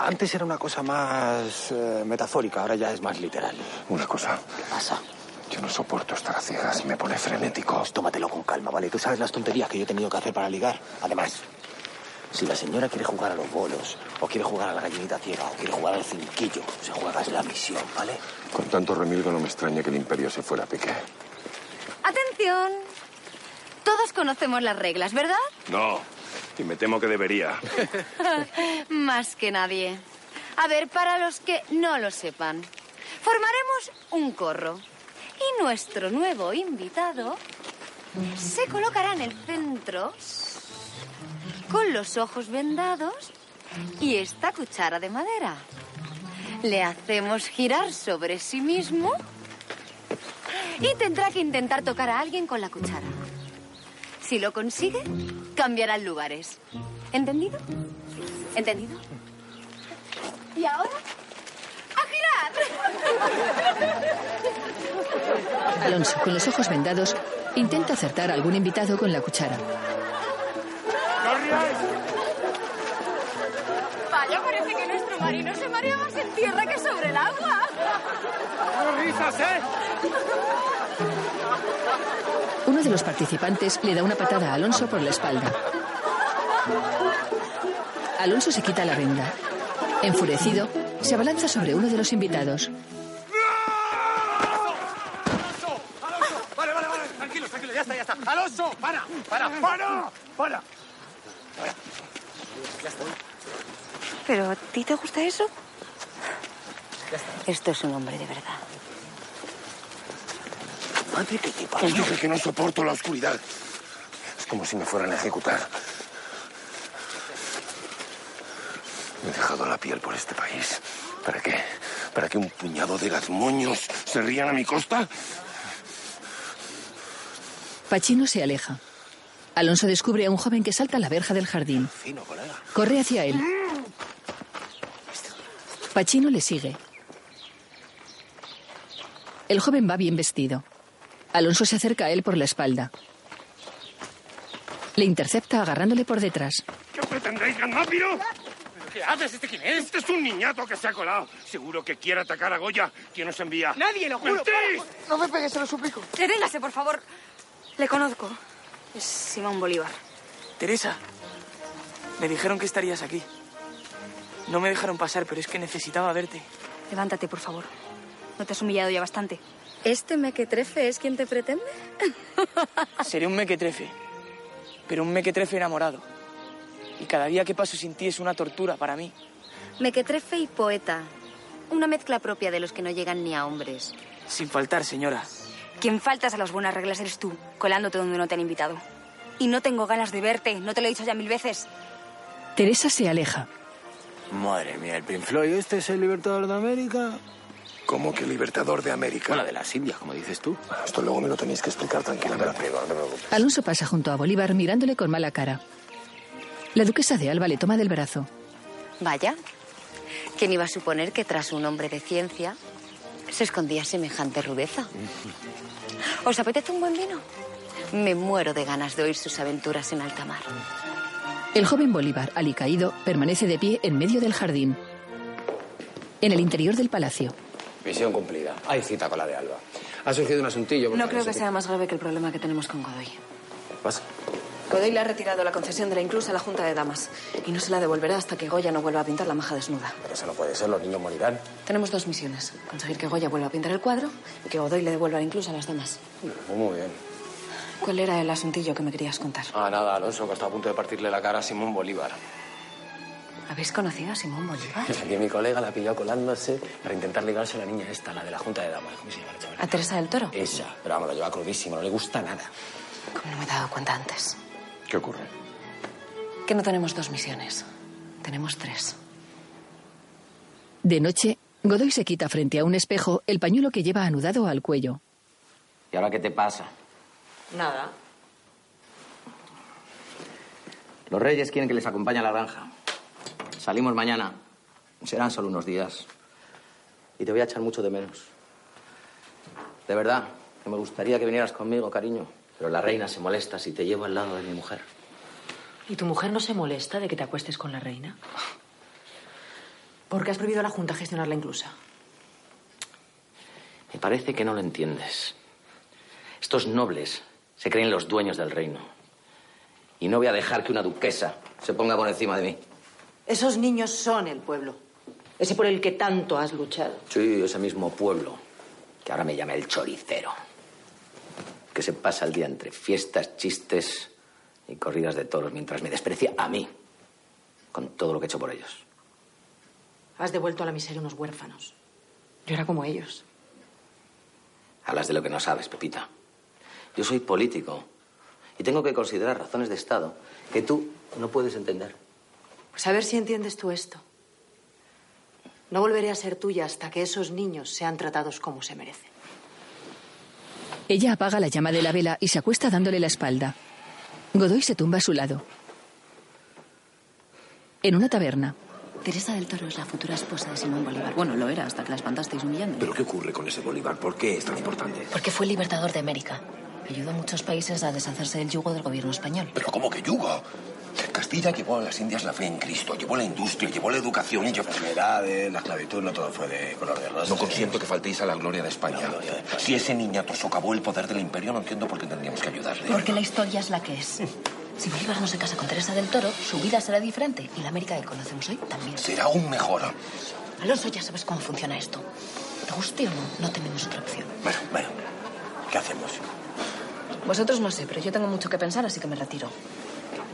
S7: Antes era una cosa más eh, metafórica, ahora ya es más literal.
S6: Una cosa.
S7: ¿Qué pasa? Pues
S6: Yo no soporto estar a ciegas, me pone frenético.
S7: Tómatelo con calma, ¿vale? Tú sabes las tonterías que yo he tenido que hacer para ligar. Además, si la señora quiere jugar a los bolos, o quiere jugar a la gallinita ciega, o quiere jugar al cinquillo, se juega es la misión, ¿vale?
S6: Con tanto remilgo no me extraña que el imperio se fuera a pique.
S32: Atención. Todos conocemos las reglas, ¿verdad?
S6: No, y me temo que debería.
S32: Más que nadie. A ver, para los que no lo sepan, formaremos un corro. Y nuestro nuevo invitado se colocará en el centro con los ojos vendados y esta cuchara de madera. Le hacemos girar sobre sí mismo y tendrá que intentar tocar a alguien con la cuchara. Si lo consigue, cambiarán lugares. ¿Entendido? ¿Entendido? Y ahora, a girar.
S2: Alonso, con los ojos vendados, intenta acertar a algún invitado con la cuchara.
S32: Vaya, parece que nuestro marino se marea más en tierra que sobre el agua.
S29: risas, eh!
S2: Uno de los participantes le da una patada a Alonso por la espalda. Alonso se quita la venda. Enfurecido, se abalanza sobre uno de los invitados.
S29: ¡Alonso! ¡Alonso! Vale, vale, vale. Tranquilos, tranquilos. Ya está, ya está. ¡Alonso! ¡Para! ¡Para! ¡Para! ¡Para!
S4: ¿Pero a ti te gusta eso? Esto es un hombre de verdad.
S7: Madre que te parió. Yo que no soporto la oscuridad. Es como si me fueran a ejecutar. Me he dejado la piel por este país. ¿Para qué? ¿Para que un puñado de gazmoños se rían a mi costa?
S2: Pachino se aleja. Alonso descubre a un joven que salta a la verja del jardín.
S7: Fino, colega.
S2: Corre hacia él. Pachino le sigue. El joven va bien vestido. Alonso se acerca a él por la espalda. Le intercepta agarrándole por detrás.
S33: ¿Qué pretendéis, Gandápiro? ¿Qué haces? ¿Este quién es? Este es un niñato que se ha colado. Seguro que quiere atacar a Goya. ¿Quién os envía?
S34: Nadie, lo juro.
S33: ¡Mentís!
S34: Para, No me pegues, se lo suplico.
S4: Deténgase, por favor. Le conozco. Es Simón Bolívar.
S34: Teresa, me dijeron que estarías aquí. No me dejaron pasar, pero es que necesitaba verte.
S4: Levántate, por favor. No te has humillado ya bastante. ¿Este mequetrefe es quien te pretende?
S34: Seré un mequetrefe, pero un mequetrefe enamorado. Y cada día que paso sin ti es una tortura para mí.
S32: Mequetrefe y poeta. Una mezcla propia de los que no llegan ni a hombres.
S34: Sin faltar, señora.
S4: Quien faltas a las buenas reglas eres tú, colándote donde no te han invitado. Y no tengo ganas de verte, no te lo he dicho ya mil veces.
S2: Teresa se aleja.
S7: Madre mía, el Pinfloy, ¿este es el libertador de América?
S6: ¿Cómo que libertador de América?
S7: Bueno, de las Indias, como dices tú. Esto luego me lo tenéis que explicar tranquilamente. No te preocupes.
S2: Alonso pasa junto a Bolívar mirándole con mala cara. La duquesa de Alba le toma del brazo.
S32: Vaya. ¿Quién iba a suponer que tras un hombre de ciencia se escondía semejante rudeza? ¿Os apetece un buen vino? Me muero de ganas de oír sus aventuras en alta mar.
S2: El joven Bolívar, alicaído, permanece de pie en medio del jardín. En el interior del palacio,
S35: Misión cumplida. Hay cita con la de Alba. Ha surgido un asuntillo. porque
S11: No creo
S35: sé
S11: que
S35: qué-
S11: sea más grave que el problema que tenemos con Godoy.
S35: Pasa.
S11: Godoy le ha retirado la concesión de la inclusa a la Junta de Damas y no se la devolverá hasta que Goya no vuelva a pintar la maja desnuda.
S35: Pero eso no puede ser, los niños morirán.
S11: Tenemos dos misiones. Conseguir que Goya vuelva a pintar el cuadro y que Godoy le devuelva la inclusa a las damas.
S35: Muy bien.
S11: ¿Cuál era el asuntillo que me querías contar?
S35: Ah, nada, Alonso, que está a punto de partirle la cara a Simón Bolívar.
S11: ¿Habéis conocido a Simón Bolívar?
S35: Aquí mi colega la pilló colándose para intentar ligarse a la niña esta, la de la Junta de Damas. ¿Cómo se llama la chavala?
S11: ¿A Teresa del Toro?
S35: Esa. Pero vamos, la lleva crudísimo, no le gusta nada.
S11: Como no me he dado cuenta antes.
S35: ¿Qué ocurre?
S11: Que no tenemos dos misiones. Tenemos tres.
S2: de noche, Godoy se quita frente a un espejo el pañuelo que lleva anudado al cuello.
S26: ¿Y ahora qué te pasa?
S11: Nada.
S26: Los reyes quieren que les acompañe a la granja. Salimos mañana. Serán solo unos días. Y te voy a echar mucho de menos. De verdad, que me gustaría que vinieras conmigo, cariño. Pero la reina se molesta si te llevo al lado de mi mujer.
S8: ¿Y tu mujer no se molesta de que te acuestes con la reina? ¿Por qué has prohibido a la Junta gestionar la inclusa?
S26: Me parece que no lo entiendes. Estos nobles se creen los dueños del reino. Y no voy a dejar que una duquesa se ponga por encima de mí.
S36: Esos niños son el pueblo. Ese por el que tanto has luchado.
S26: Sí, ese mismo pueblo, que ahora me llama el choricero. Que se pasa el día entre fiestas, chistes y corridas de toros mientras me desprecia a mí. Con todo lo que he hecho por ellos.
S8: Has devuelto a la miseria unos huérfanos. Yo era como ellos.
S26: Hablas de lo que no sabes, Pepita. Yo soy político y tengo que considerar razones de Estado que tú no puedes entender.
S36: Pues a ver si entiendes tú esto. No volveré a ser tuya hasta que esos niños sean tratados como se merecen.
S2: Ella apaga la llama de la vela y se acuesta dándole la espalda. Godoy se tumba a su lado. En una taberna,
S37: Teresa del Toro es la futura esposa de Simón Bolívar. Bueno, lo era hasta que la espantasteis humillando.
S38: ¿Pero qué ocurre con ese Bolívar? ¿Por qué es tan importante?
S37: Porque fue el libertador de América. Ayudó a muchos países a deshacerse del yugo del gobierno español.
S38: ¿Pero cómo que yugo? Castilla llevó a las Indias la fe en Cristo, llevó la industria, llevó la educación y llevó... Enfermedades, la esclavitud, no todo fue de color de rosa. No consiento que faltéis a la gloria de España. Si ese niñato socavó el poder del imperio, no entiendo por qué tendríamos que ayudarle.
S37: Porque la historia es la que es. Si Bolívar no se casa con Teresa del Toro, su vida será diferente. Y la América que conocemos hoy también.
S38: Será aún mejor.
S37: Alonso, ya sabes cómo funciona esto. Te guste o no, no tenemos otra opción.
S38: Bueno, bueno, ¿qué hacemos?
S11: Vosotros no sé, pero yo tengo mucho que pensar, así que me retiro.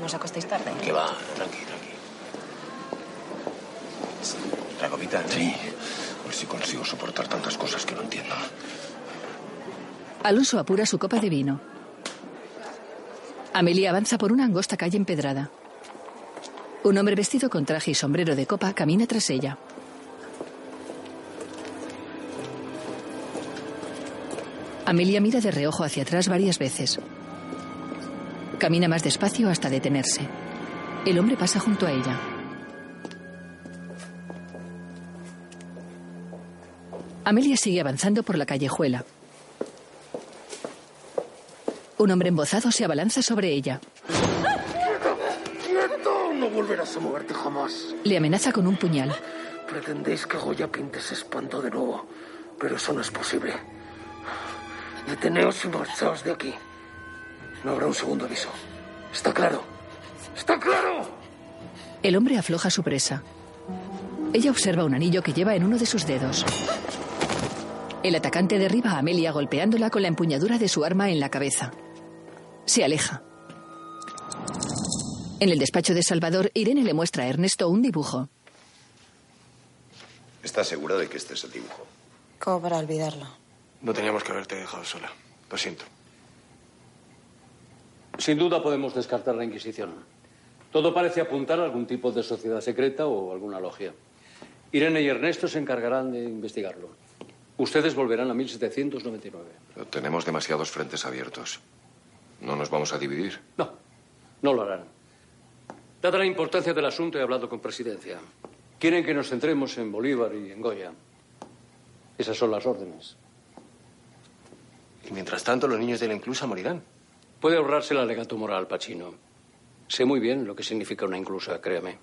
S37: ¿Nos acostáis tarde?
S38: Que va, tranqui, tranqui. ¿La copita? Sí. A ver si consigo soportar tantas cosas que no entiendo.
S2: Alonso apura su copa de vino. Amelie avanza por una angosta calle empedrada. Un hombre vestido con traje y sombrero de copa camina tras ella. Amelia mira de reojo hacia atrás varias veces. Camina más despacio hasta detenerse. El hombre pasa junto a ella. Amelia sigue avanzando por la callejuela. Un hombre embozado se abalanza sobre ella.
S33: ¡Ah! ¡Quieto! ¡Quieto! No volverás a moverte jamás.
S2: Le amenaza con un puñal.
S33: Pretendéis que Goya pinte ese espanto de nuevo, pero eso no es posible. Deteneos y marchaos de aquí. No habrá un segundo aviso. ¿Está claro? ¡Está claro!
S2: El hombre afloja su presa. Ella observa un anillo que lleva en uno de sus dedos. El atacante derriba a Amelia golpeándola con la empuñadura de su arma en la cabeza. Se aleja. En el despacho de Salvador, Irene le muestra a Ernesto un dibujo.
S5: ¿Estás segura de que este es el dibujo?
S8: Como para olvidarlo.
S9: No teníamos que haberte dejado sola. Lo siento. Sin duda podemos descartar la Inquisición. Todo parece apuntar a algún tipo de sociedad secreta o alguna logia. Irene y Ernesto se encargarán de investigarlo. Ustedes volverán a 1799.
S6: Pero tenemos demasiados frentes abiertos. No nos vamos a dividir.
S9: No lo harán. Dada la importancia del asunto, he hablado con Presidencia. Quieren que nos centremos en Bolívar y en Goya. Esas son las órdenes.
S7: Y mientras tanto, los niños de la inclusa morirán.
S9: Puede ahorrarse el alegato moral, Pachino. Sé muy bien lo que significa una inclusa, créame.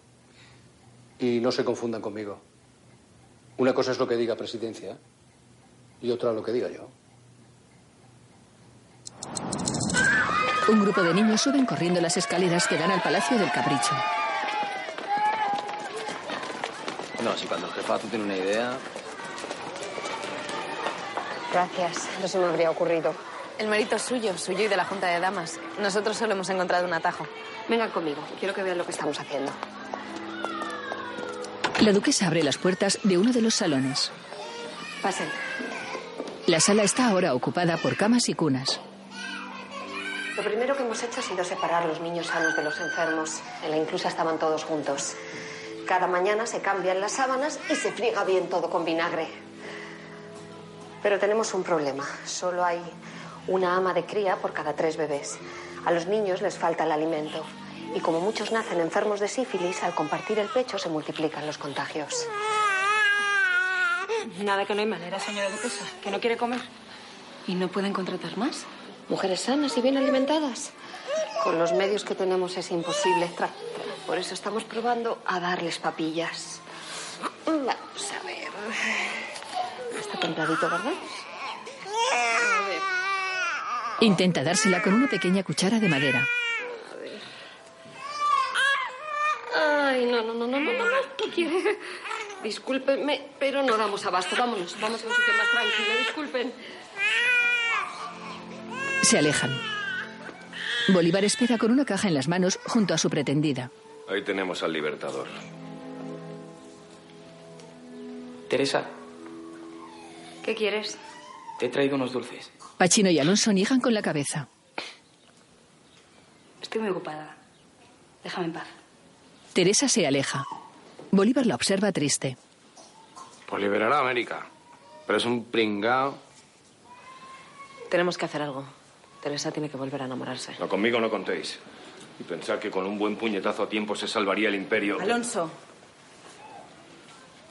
S9: Y no se confundan conmigo. Una cosa es lo que diga Presidencia y otra lo que diga yo.
S2: Un grupo de niños suben corriendo las escaleras que dan al Palacio del Capricho.
S26: No, si cuando el jefazo tiene una idea,
S11: Gracias.
S19: No se me habría ocurrido.
S11: El mérito es suyo, suyo y de la Junta de Damas. Nosotros solo hemos encontrado un atajo.
S19: Vengan conmigo. Quiero que vean lo que estamos haciendo.
S2: La duquesa abre las puertas de uno de los salones.
S19: Pasen.
S2: La sala está ahora ocupada por camas y cunas.
S19: Lo primero que hemos hecho ha sido separar a los niños sanos de los enfermos. En la inclusa estaban todos juntos. Cada mañana se cambian las sábanas y se friega bien todo con vinagre. Pero tenemos un problema. Solo hay una ama de cría por cada tres bebés. A los niños les falta el alimento. Y como muchos nacen enfermos de sífilis, al compartir el pecho se multiplican los contagios.
S8: Nada que no hay manera, señora duquesa, que no quiere comer.
S19: ¿Y no pueden contratar más? Mujeres sanas y bien alimentadas. Con los medios que tenemos es imposible. Tra- tra- Por eso estamos probando a darles papillas. Vamos a ver. Está templadito, ¿verdad?
S2: Intenta dársela con una pequeña cuchara de madera.
S19: Ay, no, no, no, no, no, no, no. ¿Qué quiere? Discúlpenme, pero no damos abasto. Vámonos, vamos a un sitio más tranquilo. Disculpen.
S2: Se alejan. Bolívar espera con una caja en las manos junto a su pretendida.
S6: Ahí tenemos al Libertador.
S26: Teresa,
S4: ¿Qué quieres?
S26: te he traído unos dulces.
S2: Pachino y Alonso niegan con la cabeza.
S4: Estoy muy ocupada. Déjame en paz.
S2: Teresa se aleja. Bolívar la observa triste.
S6: Pues
S9: Por liberar a América. Pero es un pringao.
S8: Tenemos que hacer algo. Teresa tiene que volver a enamorarse.
S9: No, conmigo no contéis. Y pensar que con un buen puñetazo a tiempo se salvaría el imperio.
S8: Alonso.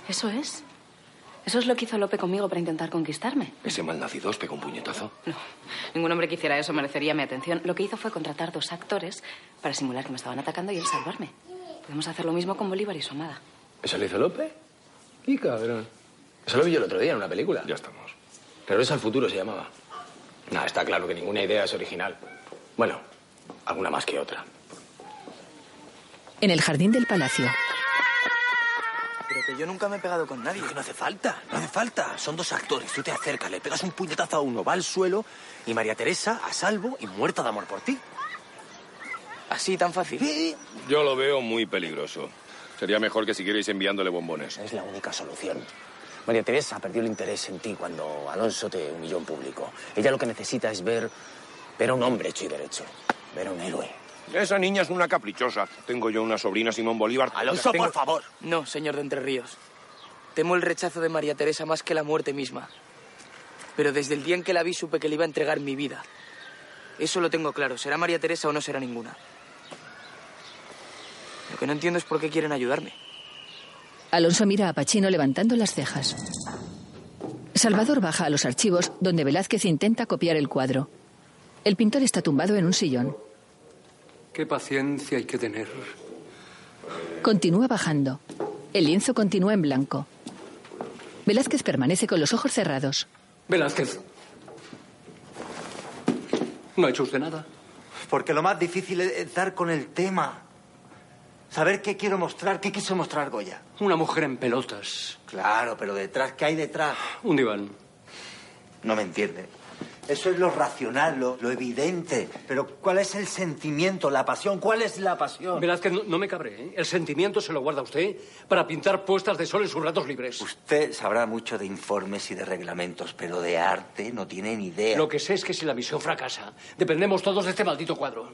S4: ¿Eso es? Eso es lo que hizo Lope conmigo para intentar conquistarme.
S7: Ese malnacido os pegó un puñetazo.
S4: Ningún hombre que hiciera eso merecería mi atención. Lo que hizo fue contratar dos actores para simular que me estaban atacando y él salvarme. Podemos hacer lo mismo con Bolívar y su amada.
S26: ¿Eso lo hizo López? Y cabrón. Eso lo vi yo el otro día en una película. Ya
S6: estamos.
S26: Regreso al futuro se llamaba. No, está claro que ninguna idea es original. Bueno, alguna más que otra.
S2: En el jardín del palacio,
S7: Pero que yo nunca me he pegado con nadie. Que no hace falta, no hace falta. Son dos actores. Tú te acercas, le pegas un puñetazo a uno, va al suelo y María Teresa a salvo y muerta de amor por ti.
S34: Así, tan fácil.
S6: Yo lo veo muy peligroso. Sería mejor que siguierais enviándole bombones.
S7: Es la única solución. María Teresa perdió el interés en ti cuando Alonso te humilló en público. Ella lo que necesita es ver, ver a un hombre hecho y derecho, ver a un héroe.
S6: Esa niña es una caprichosa. Tengo yo una sobrina, Simón Bolívar. Tengo-
S34: favor. No, señor de Entre Ríos. Temo el rechazo de María Teresa más que la muerte misma. Pero desde el día en que la vi supe que le iba a entregar mi vida. Eso lo tengo claro. Será María Teresa o no será ninguna. Lo que no entiendo es por qué quieren ayudarme.
S2: Alonso mira a Pachino levantando las cejas. Salvador baja a los archivos donde Velázquez intenta copiar el cuadro. El pintor está tumbado en un sillón.
S9: Qué paciencia hay que tener.
S2: Continúa bajando. El lienzo continúa en blanco. Velázquez permanece con los ojos cerrados.
S9: Velázquez. No ha hecho usted nada.
S14: Porque lo más difícil es dar con el tema. Saber qué quiero mostrar, qué quiso mostrar Goya.
S9: Una mujer en pelotas.
S14: Claro, pero detrás, ¿qué hay detrás?
S9: Un diván.
S14: No me entiende. Eso es lo racional, lo, lo evidente. Pero ¿cuál es el sentimiento, la pasión? ¿Cuál es la pasión?
S9: Velázquez, no, no me cabré. ¿eh? El sentimiento se lo guarda usted para pintar puestas de sol en sus ratos libres.
S14: Usted sabrá mucho de informes y de reglamentos, pero de arte no tiene ni idea.
S9: Lo que sé es que si la misión fracasa, dependemos todos de este maldito cuadro.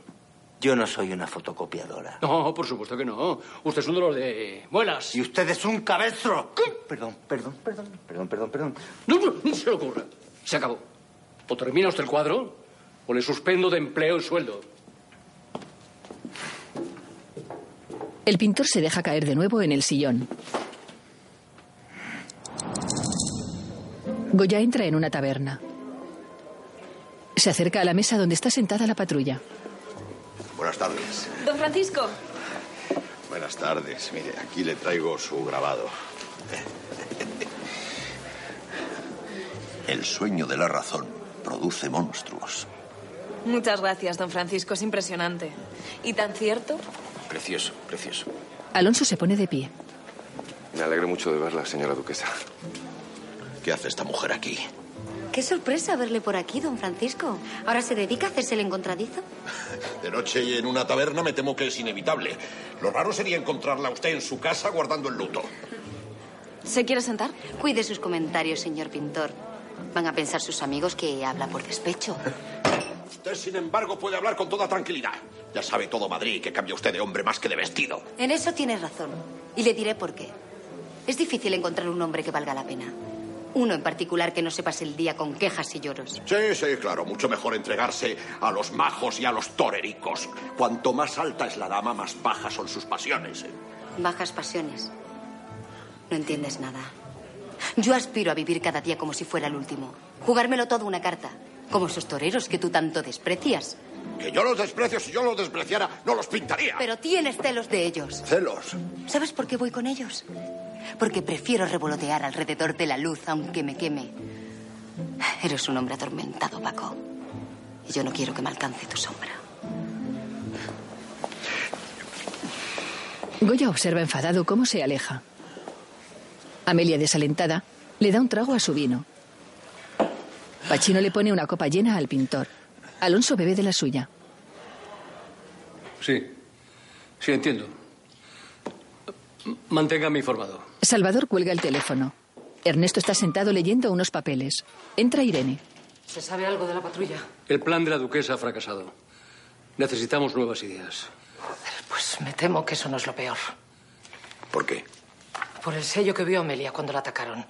S14: Yo no soy una fotocopiadora.
S9: No, por supuesto que no. Usted es uno de los de... Buenas.
S14: Y usted es un cabestro. Perdón, perdón, perdón, perdón, perdón, perdón.
S9: No, no, no se le ocurra. Se acabó. O termina usted el cuadro, o le suspendo de empleo y sueldo.
S2: El pintor se deja caer de nuevo en el sillón. Goya entra en una taberna. Se acerca a la mesa donde está sentada la patrulla.
S39: Buenas tardes.
S11: Don Francisco,
S39: Buenas tardes. Mire, aquí le traigo su grabado. El sueño de la razón produce monstruos.
S11: muchas gracias, don Francisco, es impresionante. ¿Y tan cierto?
S12: Precioso, precioso.
S2: Alonso se pone de pie.
S6: Me alegro mucho de verla, señora duquesa.
S12: ¿Qué hace esta mujer aquí?
S32: Qué sorpresa verle por aquí, don Francisco. ¿Ahora se dedica a hacerse el encontradizo?
S12: De noche y en una taberna me temo que es inevitable. Lo raro sería encontrarla a usted en su casa guardando el luto.
S32: ¿Se quiere sentar? Cuide sus comentarios, señor pintor. Van a pensar sus amigos que habla por despecho.
S12: Usted, sin embargo, puede hablar con toda tranquilidad. Ya sabe todo Madrid que cambia usted de hombre más que de vestido.
S32: En eso tiene razón. Y le diré por qué. Es difícil encontrar un hombre que valga la pena. Uno en particular que no se pase el día con quejas y lloros.
S12: Sí, sí, claro. Mucho mejor entregarse a los majos y a los torericos. Cuanto más alta es la dama, más bajas son sus pasiones. ¿eh?
S32: Bajas pasiones. No entiendes nada. Yo aspiro a vivir cada día como si fuera el último. Jugármelo todo una carta. Como esos toreros que tú tanto desprecias.
S12: Que yo los desprecio, si yo los despreciara, no los pintaría.
S32: Pero tienes celos de ellos.
S12: Celos.
S32: ¿Sabes por qué voy con ellos? Porque prefiero revolotear alrededor de la luz, aunque me queme. Eres un hombre atormentado, Paco. Y yo no quiero que me alcance tu sombra.
S2: Goya observa enfadado cómo se aleja. Amelia, desalentada, le da un trago a su vino. Pachino le pone una copa llena al pintor. Alonso bebe de la suya.
S9: Sí, sí, entiendo. Manténgame informado.
S2: Salvador cuelga el teléfono. Ernesto está sentado leyendo unos papeles. Entra Irene.
S8: ¿Se sabe algo de la patrulla?
S9: El plan de la duquesa ha fracasado. Necesitamos nuevas ideas.
S8: Pues me temo que eso no es lo peor.
S12: ¿Por qué?
S8: Por el sello que vio Amelia cuando la atacaron.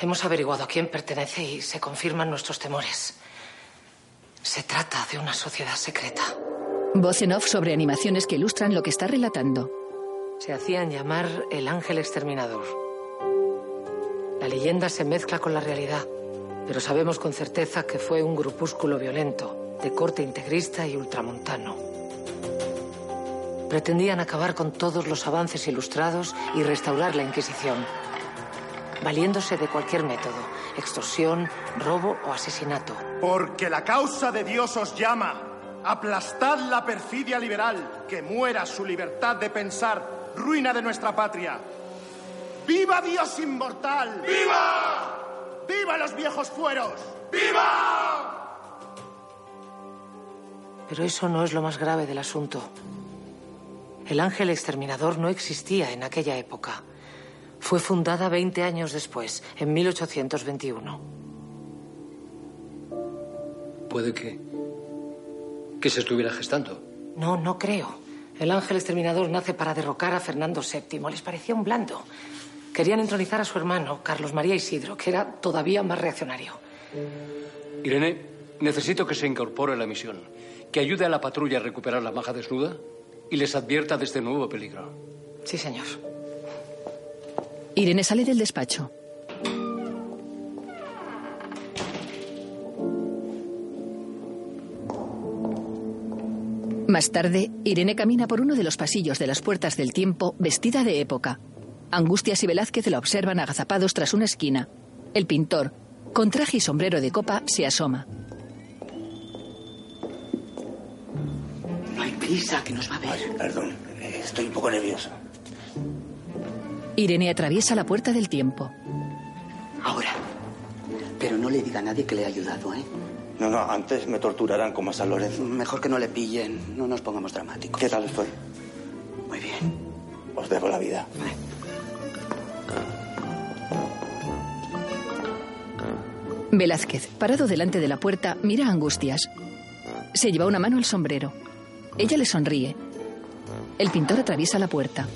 S8: Hemos averiguado a quién pertenece y se confirman nuestros temores. Se trata de una sociedad secreta.
S2: Voz en off sobre animaciones que ilustran lo que está relatando.
S8: Se hacían llamar el ángel exterminador. La leyenda se mezcla con la realidad, pero sabemos con certeza que fue un grupúsculo violento, de corte integrista y ultramontano. Pretendían acabar con todos los avances ilustrados y restaurar la Inquisición, valiéndose de cualquier método, extorsión, robo o asesinato.
S40: Porque la causa de Dios os llama. Aplastad la perfidia liberal, que muera su libertad de pensar, ruina de nuestra patria. ¡Viva Dios inmortal! ¡Viva! ¡Viva los viejos fueros! ¡Viva!
S8: Pero eso no es lo más grave del asunto. El ángel exterminador no existía en aquella época. Fue fundada 20 años después, en 1821.
S9: Puede que. que se estuviera gestando.
S8: No, no creo. El ángel exterminador nace para derrocar a Fernando VII. Les parecía un blando. Querían entronizar a su hermano, Carlos María Isidro, que era todavía más reaccionario.
S9: Irene, necesito que se incorpore a la misión, que ayude a la patrulla a recuperar la maja desnuda y les advierta de este nuevo peligro.
S8: Sí, señor.
S2: Irene sale del despacho. Más tarde, Irene camina por uno de los pasillos de las puertas del tiempo vestida de época. Angustias y Velázquez la observan agazapados tras una esquina. El pintor, con traje y sombrero de copa, se asoma.
S3: No hay prisa, que nos va a ver. perdón, eh, estoy un poco nervioso.
S2: Irene atraviesa la puerta del tiempo.
S3: Ahora. Pero no le diga a nadie que le he ayudado, ¿eh?
S41: No, no, antes me torturarán como a San Lorenzo.
S3: Mejor que no le pillen, no nos pongamos dramáticos.
S41: ¿Qué tal estoy?
S3: Muy bien.
S41: Os debo la vida.
S2: Velázquez, parado delante de la puerta, mira a Angustias. Se lleva una mano al sombrero. Ella le sonríe. El pintor atraviesa la puerta.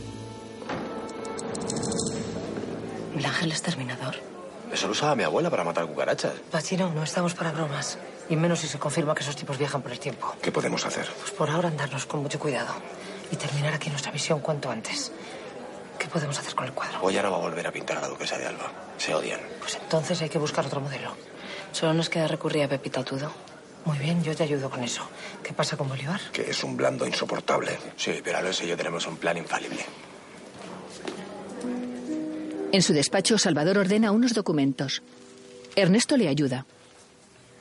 S42: El ángel exterminador.
S7: Eso lo usaba mi abuela para matar cucarachas.
S8: Pachino, no estamos para bromas. Y menos si se confirma que esos tipos viajan por el tiempo.
S7: ¿Qué podemos hacer?
S8: Pues por ahora andarnos con mucho cuidado. Y terminar aquí nuestra misión cuanto antes. ¿Qué podemos hacer con el cuadro?
S7: Goya no va a volver a pintar a la duquesa de Alba. Se odian.
S8: Pues entonces hay que buscar otro modelo.
S42: Solo nos queda recurrir a Pepita Tudo.
S8: Muy bien, yo te ayudo con eso. ¿Qué pasa con Bolívar?
S7: Que es un blando insoportable. Sí, pero Alonso y yo tenemos un plan infalible.
S2: En su despacho, Salvador ordena unos documentos. Ernesto le ayuda.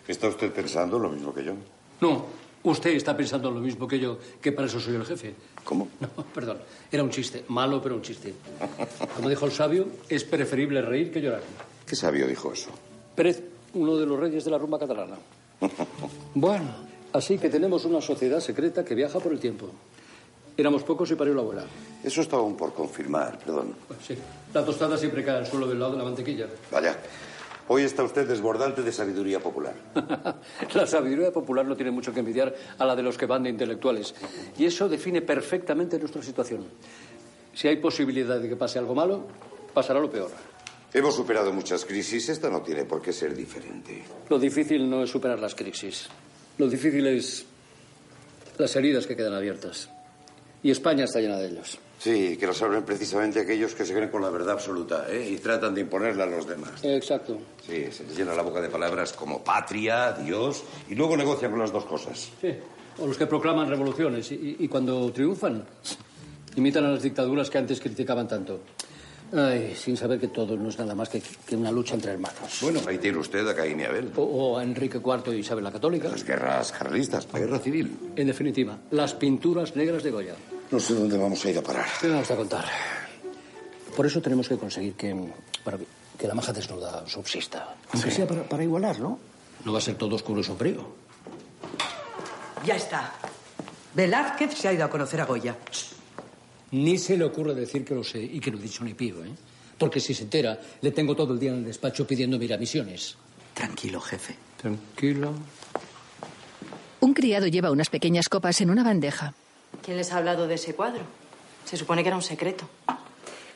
S12: ¿Está usted pensando lo mismo que yo?
S9: No, usted está pensando lo mismo que yo, que para eso soy el jefe.
S12: ¿Cómo?
S9: No, perdón. Era un chiste. Malo, pero un chiste. Como dijo el sabio, es preferible reír que llorar.
S12: ¿Qué sabio dijo eso?
S9: Pérez, uno de los reyes de la rumba catalana. Bueno, así que tenemos una sociedad secreta que viaja por el tiempo. Éramos pocos y parió la abuela.
S12: Eso está aún por confirmar, perdón.
S9: Pues sí, la tostada siempre cae al suelo del lado de la mantequilla.
S12: Vaya, hoy está usted desbordante de sabiduría popular.
S9: La sabiduría popular no tiene mucho que envidiar a la de los que van de intelectuales. Y eso define perfectamente nuestra situación. Si hay posibilidad de que pase algo malo, pasará lo peor.
S12: Hemos superado muchas crisis, esta no tiene por qué ser diferente.
S9: Lo difícil no es superar las crisis. Lo difícil es las heridas que quedan abiertas. Y España está llena de ellos.
S12: Sí, que las abren precisamente aquellos que se creen con la verdad absoluta ¿eh? y tratan de imponerla a los demás.
S9: Exacto.
S12: Sí, se les llena la boca de palabras como patria, Dios, y luego negocian con las dos cosas.
S9: Sí. O los que proclaman revoluciones y, y cuando triunfan imitan a las dictaduras que antes criticaban tanto. Ay, sin saber que todo no es nada más que, que una lucha entre hermanos.
S12: Bueno, ahí tiene usted a Caín y Abel.
S9: O, o a Enrique IV y Isabel la Católica.
S12: Las guerras carlistas, la guerra civil.
S9: En definitiva, las pinturas negras de Goya.
S12: No sé dónde vamos a ir a parar.
S9: ¿Qué vamos a contar? Por eso tenemos que conseguir que, bueno, que la maja desnuda subsista.
S3: Aunque sea para, para igualar, ¿no?
S9: No va a ser todo oscuro y sombrío.
S43: Ya está. Velázquez se ha ido a conocer a Goya.
S9: Ni se le ocurre decir que lo sé y que no he dicho ni pío, ¿eh? Porque si se entera, le tengo todo el día en el despacho pidiendo mira misiones.
S3: Tranquilo, jefe.
S9: Tranquilo.
S2: Un criado lleva unas pequeñas copas en una bandeja.
S36: ¿Quién les ha hablado de ese cuadro? Se supone que era un secreto.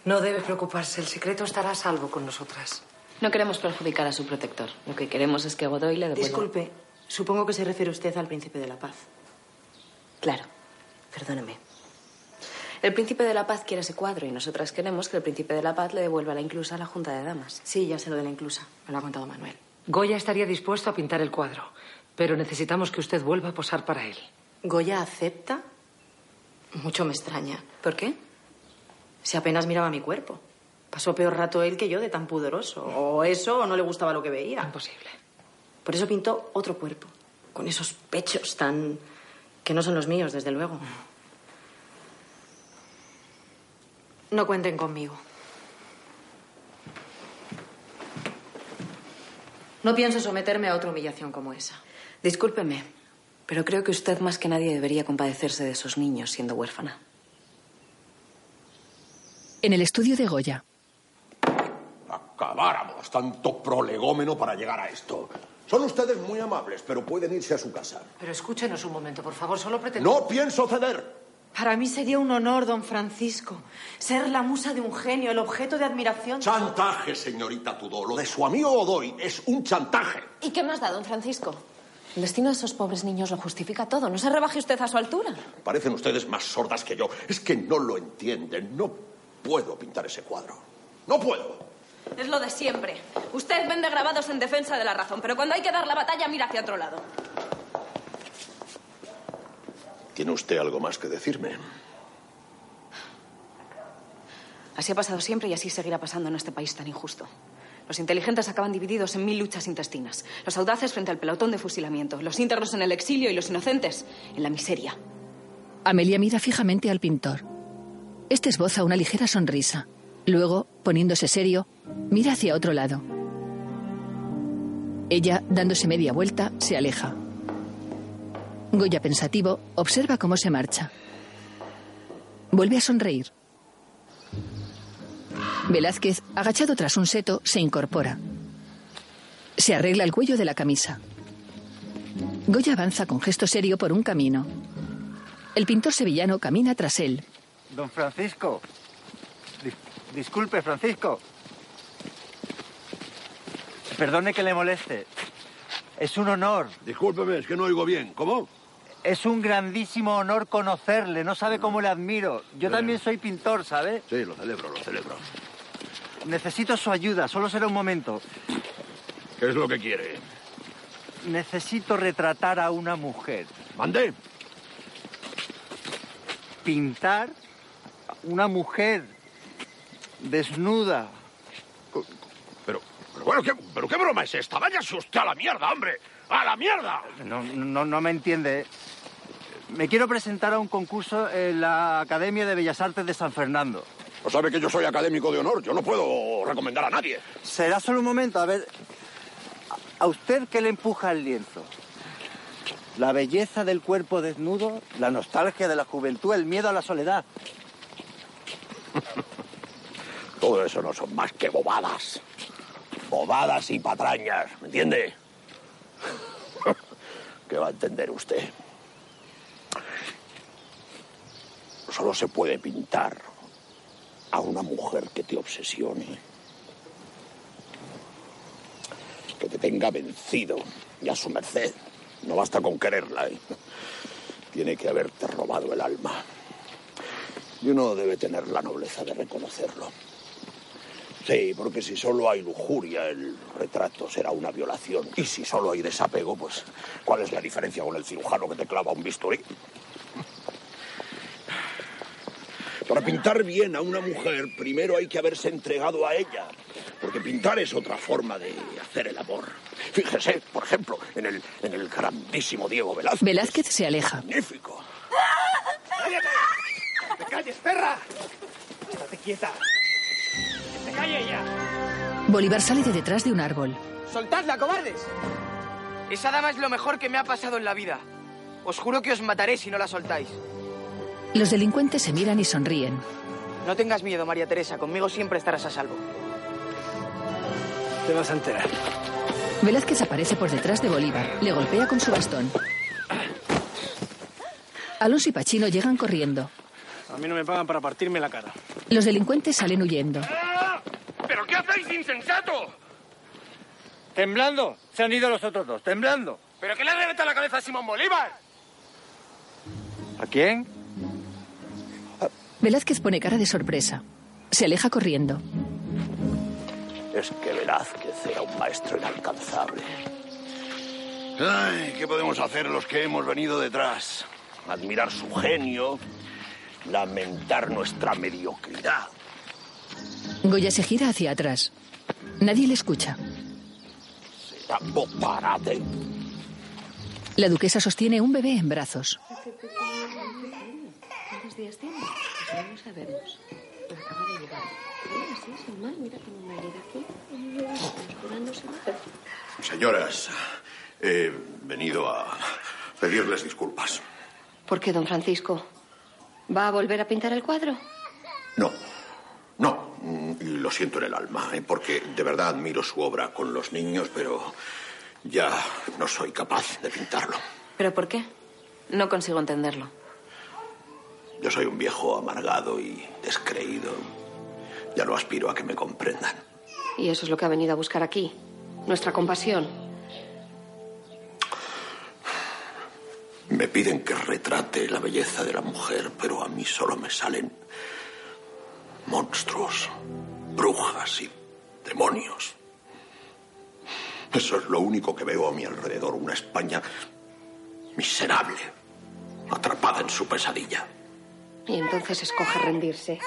S8: No debe preocuparse, el secreto estará a salvo con nosotras.
S11: No queremos perjudicar a su protector. Lo que queremos es que Godoy le devuelva...
S36: Disculpe, supongo que se refiere usted al príncipe de la paz.
S11: Claro, perdóneme. El príncipe de la paz quiere ese cuadro y nosotras queremos que el príncipe de la paz le devuelva la inclusa a la Junta de Damas.
S36: Sí, ya sé lo de la inclusa. Me lo ha contado Manuel.
S8: Goya estaría dispuesto a pintar el cuadro, pero necesitamos que usted vuelva a posar para él.
S36: ¿Goya acepta? Mucho me extraña.
S8: ¿Por qué?
S36: Si apenas miraba mi cuerpo. Pasó peor rato él que yo de tan pudoroso. O eso, o no le gustaba lo que veía.
S8: Imposible.
S36: Por eso pintó otro cuerpo. Con esos pechos tan. que no son los míos, desde luego. No cuenten conmigo. No pienso someterme a otra humillación como esa.
S11: Discúlpeme, pero creo que usted más que nadie debería compadecerse de esos niños siendo huérfana.
S2: En el estudio de Goya,
S12: Acabáramos tanto prolegómeno para llegar a esto. Son ustedes muy amables, pero pueden irse a su casa.
S36: Pero escúchenos un momento, por favor, solo pretendo...
S12: No pienso ceder.
S36: Para mí sería un honor, don Francisco, ser la musa de un genio, el objeto de admiración...
S12: Chantaje, señorita Tudó. Lo de su amigo Godoy es un chantaje.
S44: ¿Y qué más da, don Francisco? El destino de esos pobres niños lo justifica todo. No se rebaje usted a su altura.
S12: Parecen ustedes más sordas que yo. Es que no lo entienden. No puedo pintar ese cuadro. No puedo.
S45: Es lo de siempre. Usted vende grabados en defensa de la razón, pero cuando hay que dar la batalla mira hacia otro lado.
S12: ¿Tiene usted algo más que decirme?
S11: Así ha pasado siempre y así seguirá pasando en este país tan injusto. Los inteligentes acaban divididos en mil luchas intestinas. Los audaces frente al pelotón de fusilamiento. Los íntegros en el exilio y los inocentes en la miseria.
S2: Amelia mira fijamente al pintor. Este esboza una ligera sonrisa. Luego, poniéndose serio, mira hacia otro lado. Ella, dándose media vuelta, se aleja. Goya pensativo observa cómo se marcha. Vuelve a sonreír. Velázquez, agachado tras un seto, se incorpora. Se arregla el cuello de la camisa. Goya avanza con gesto serio por un camino. El pintor sevillano camina tras él.
S14: Don Francisco. Dis- disculpe, Francisco. Perdone que le moleste. Es un honor.
S12: Discúlpeme, es que no oigo bien. ¿Cómo?
S14: Es un grandísimo honor conocerle. No sabe cómo le admiro. Yo también soy pintor, ¿sabe?
S12: Sí, lo celebro, lo celebro.
S14: Necesito su ayuda. Solo será un momento.
S12: ¿Qué es lo que quiere?
S14: Necesito retratar a una mujer.
S12: ¿Mande?
S14: Pintar a una mujer desnuda.
S12: Pero bueno, ¿qué, pero qué broma es esta? Váyase usted a la mierda, hombre. ¡A la mierda!
S14: No, no, no me entiende. Me quiero presentar a un concurso en la Academia de Bellas Artes de San Fernando.
S12: No sabe que yo soy académico de honor. Yo no puedo recomendar a nadie.
S14: Será solo un momento, a ver. ¿A usted qué le empuja el lienzo? La belleza del cuerpo desnudo, la nostalgia de la juventud, el miedo a la soledad.
S12: Todo eso no son más que bobadas. Bobadas y patrañas, ¿me entiende? ¿Qué va a entender usted? Solo se puede pintar a una mujer que te obsesione, que te tenga vencido y a su merced. No basta con quererla, ¿eh? tiene que haberte robado el alma. Y uno debe tener la nobleza de reconocerlo. Sí, porque si solo hay lujuria, el retrato será una violación. Y si solo hay desapego, pues, ¿cuál es la diferencia con el cirujano que te clava un bisturí? Para pintar bien a una mujer, primero hay que haberse entregado a ella. Porque pintar es otra forma de hacer el amor. Fíjese, por ejemplo, en el, en el grandísimo Diego Velázquez.
S2: Velázquez se aleja.
S12: Magnífico.
S19: ¡Cállate! ¡No te calles, perra! ¡Estate quieta! ¡Que se calle ya!
S2: Bolívar sale de detrás de un árbol.
S34: ¡Soltadla, cobardes! Esa dama es lo mejor que me ha pasado en la vida. Os juro que os mataré si no la soltáis.
S2: Los delincuentes se miran y sonríen.
S34: No tengas miedo, María Teresa. Conmigo siempre estarás a salvo.
S19: Te vas a enterar.
S2: Velázquez aparece por detrás de Bolívar. Le golpea con su bastón. Alonso y Pachino llegan corriendo.
S19: A mí no me pagan para partirme la cara.
S2: Los delincuentes salen huyendo.
S7: Ah, ¿Pero qué hacéis, insensato?
S14: Temblando. Se han ido los otros dos, temblando.
S7: ¿Pero qué le ha reventado la cabeza a Simón Bolívar?
S14: ¿A quién?
S2: Velázquez pone cara de sorpresa. Se aleja corriendo.
S12: Es que Velázquez era un maestro inalcanzable.
S46: Ay,
S12: ¿Qué podemos hacer los que hemos venido detrás? Admirar su genio, lamentar nuestra mediocridad.
S2: Goya se gira hacia atrás. Nadie le escucha.
S12: Será boparate.
S2: La duquesa sostiene un bebé en brazos.
S19: ¿Cuántos días tiene? Pues No lo sabemos. Acaba de llegar. Mira, sí, es normal. Mira cómo me llega aquí. Curándose.
S46: Señoras, he venido a pedirles disculpas.
S47: ¿Por qué, don Francisco? ¿Va a volver a pintar el cuadro?
S46: No.
S12: lo siento en el alma, ¿eh? porque de verdad admiro su obra con los niños, pero ya no soy capaz de pintarlo.
S4: ¿Pero por qué? No consigo entenderlo.
S12: Yo soy un viejo amargado y descreído. Ya no aspiro a que me comprendan.
S19: Y eso es lo que ha venido a buscar aquí. Nuestra compasión.
S12: Me piden que retrate la belleza de la mujer, pero a mí solo me salen monstruos, brujas y demonios. Eso es lo único que veo a mi alrededor, una España miserable, atrapada en su pesadilla.
S19: Y entonces escoge rendirse.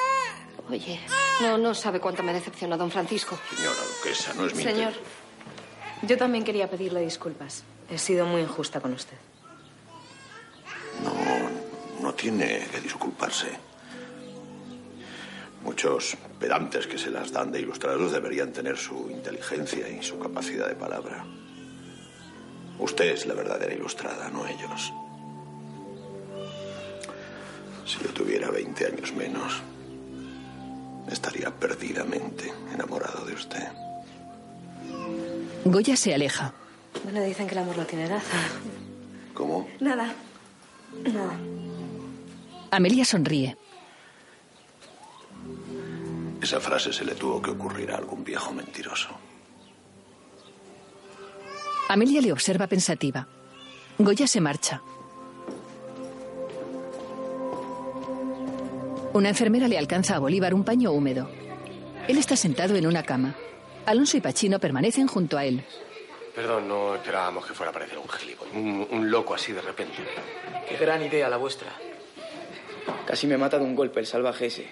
S19: Oye, no, no sabe cuánto me decepciona don Francisco.
S12: Señora duquesa, no es mi
S4: Señor, yo también quería pedirle disculpas. He sido muy injusta con usted.
S12: No tiene que disculparse. Muchos pedantes que se las dan de ilustrados deberían tener su inteligencia y su capacidad de palabra. Usted es la verdadera ilustrada, no ellos. Si yo tuviera 20 años menos, estaría perdidamente enamorado de usted.
S2: Goya se aleja.
S11: Bueno, dicen que el amor no tiene edad.
S12: ¿Cómo?
S11: Nada. Nada.
S2: Amelia sonríe.
S12: Esa frase se le tuvo que ocurrir a algún viejo mentiroso.
S2: Amelia le observa pensativa. Goya se marcha. Una enfermera le alcanza a Bolívar un paño húmedo. Él está sentado en una cama. Alonso y Pachino permanecen junto a él.
S48: Perdón, no esperábamos que fuera a aparecer un gilipollas. Un, un loco así de repente.
S34: Qué gran idea la vuestra. Casi me mata de un golpe el salvaje ese.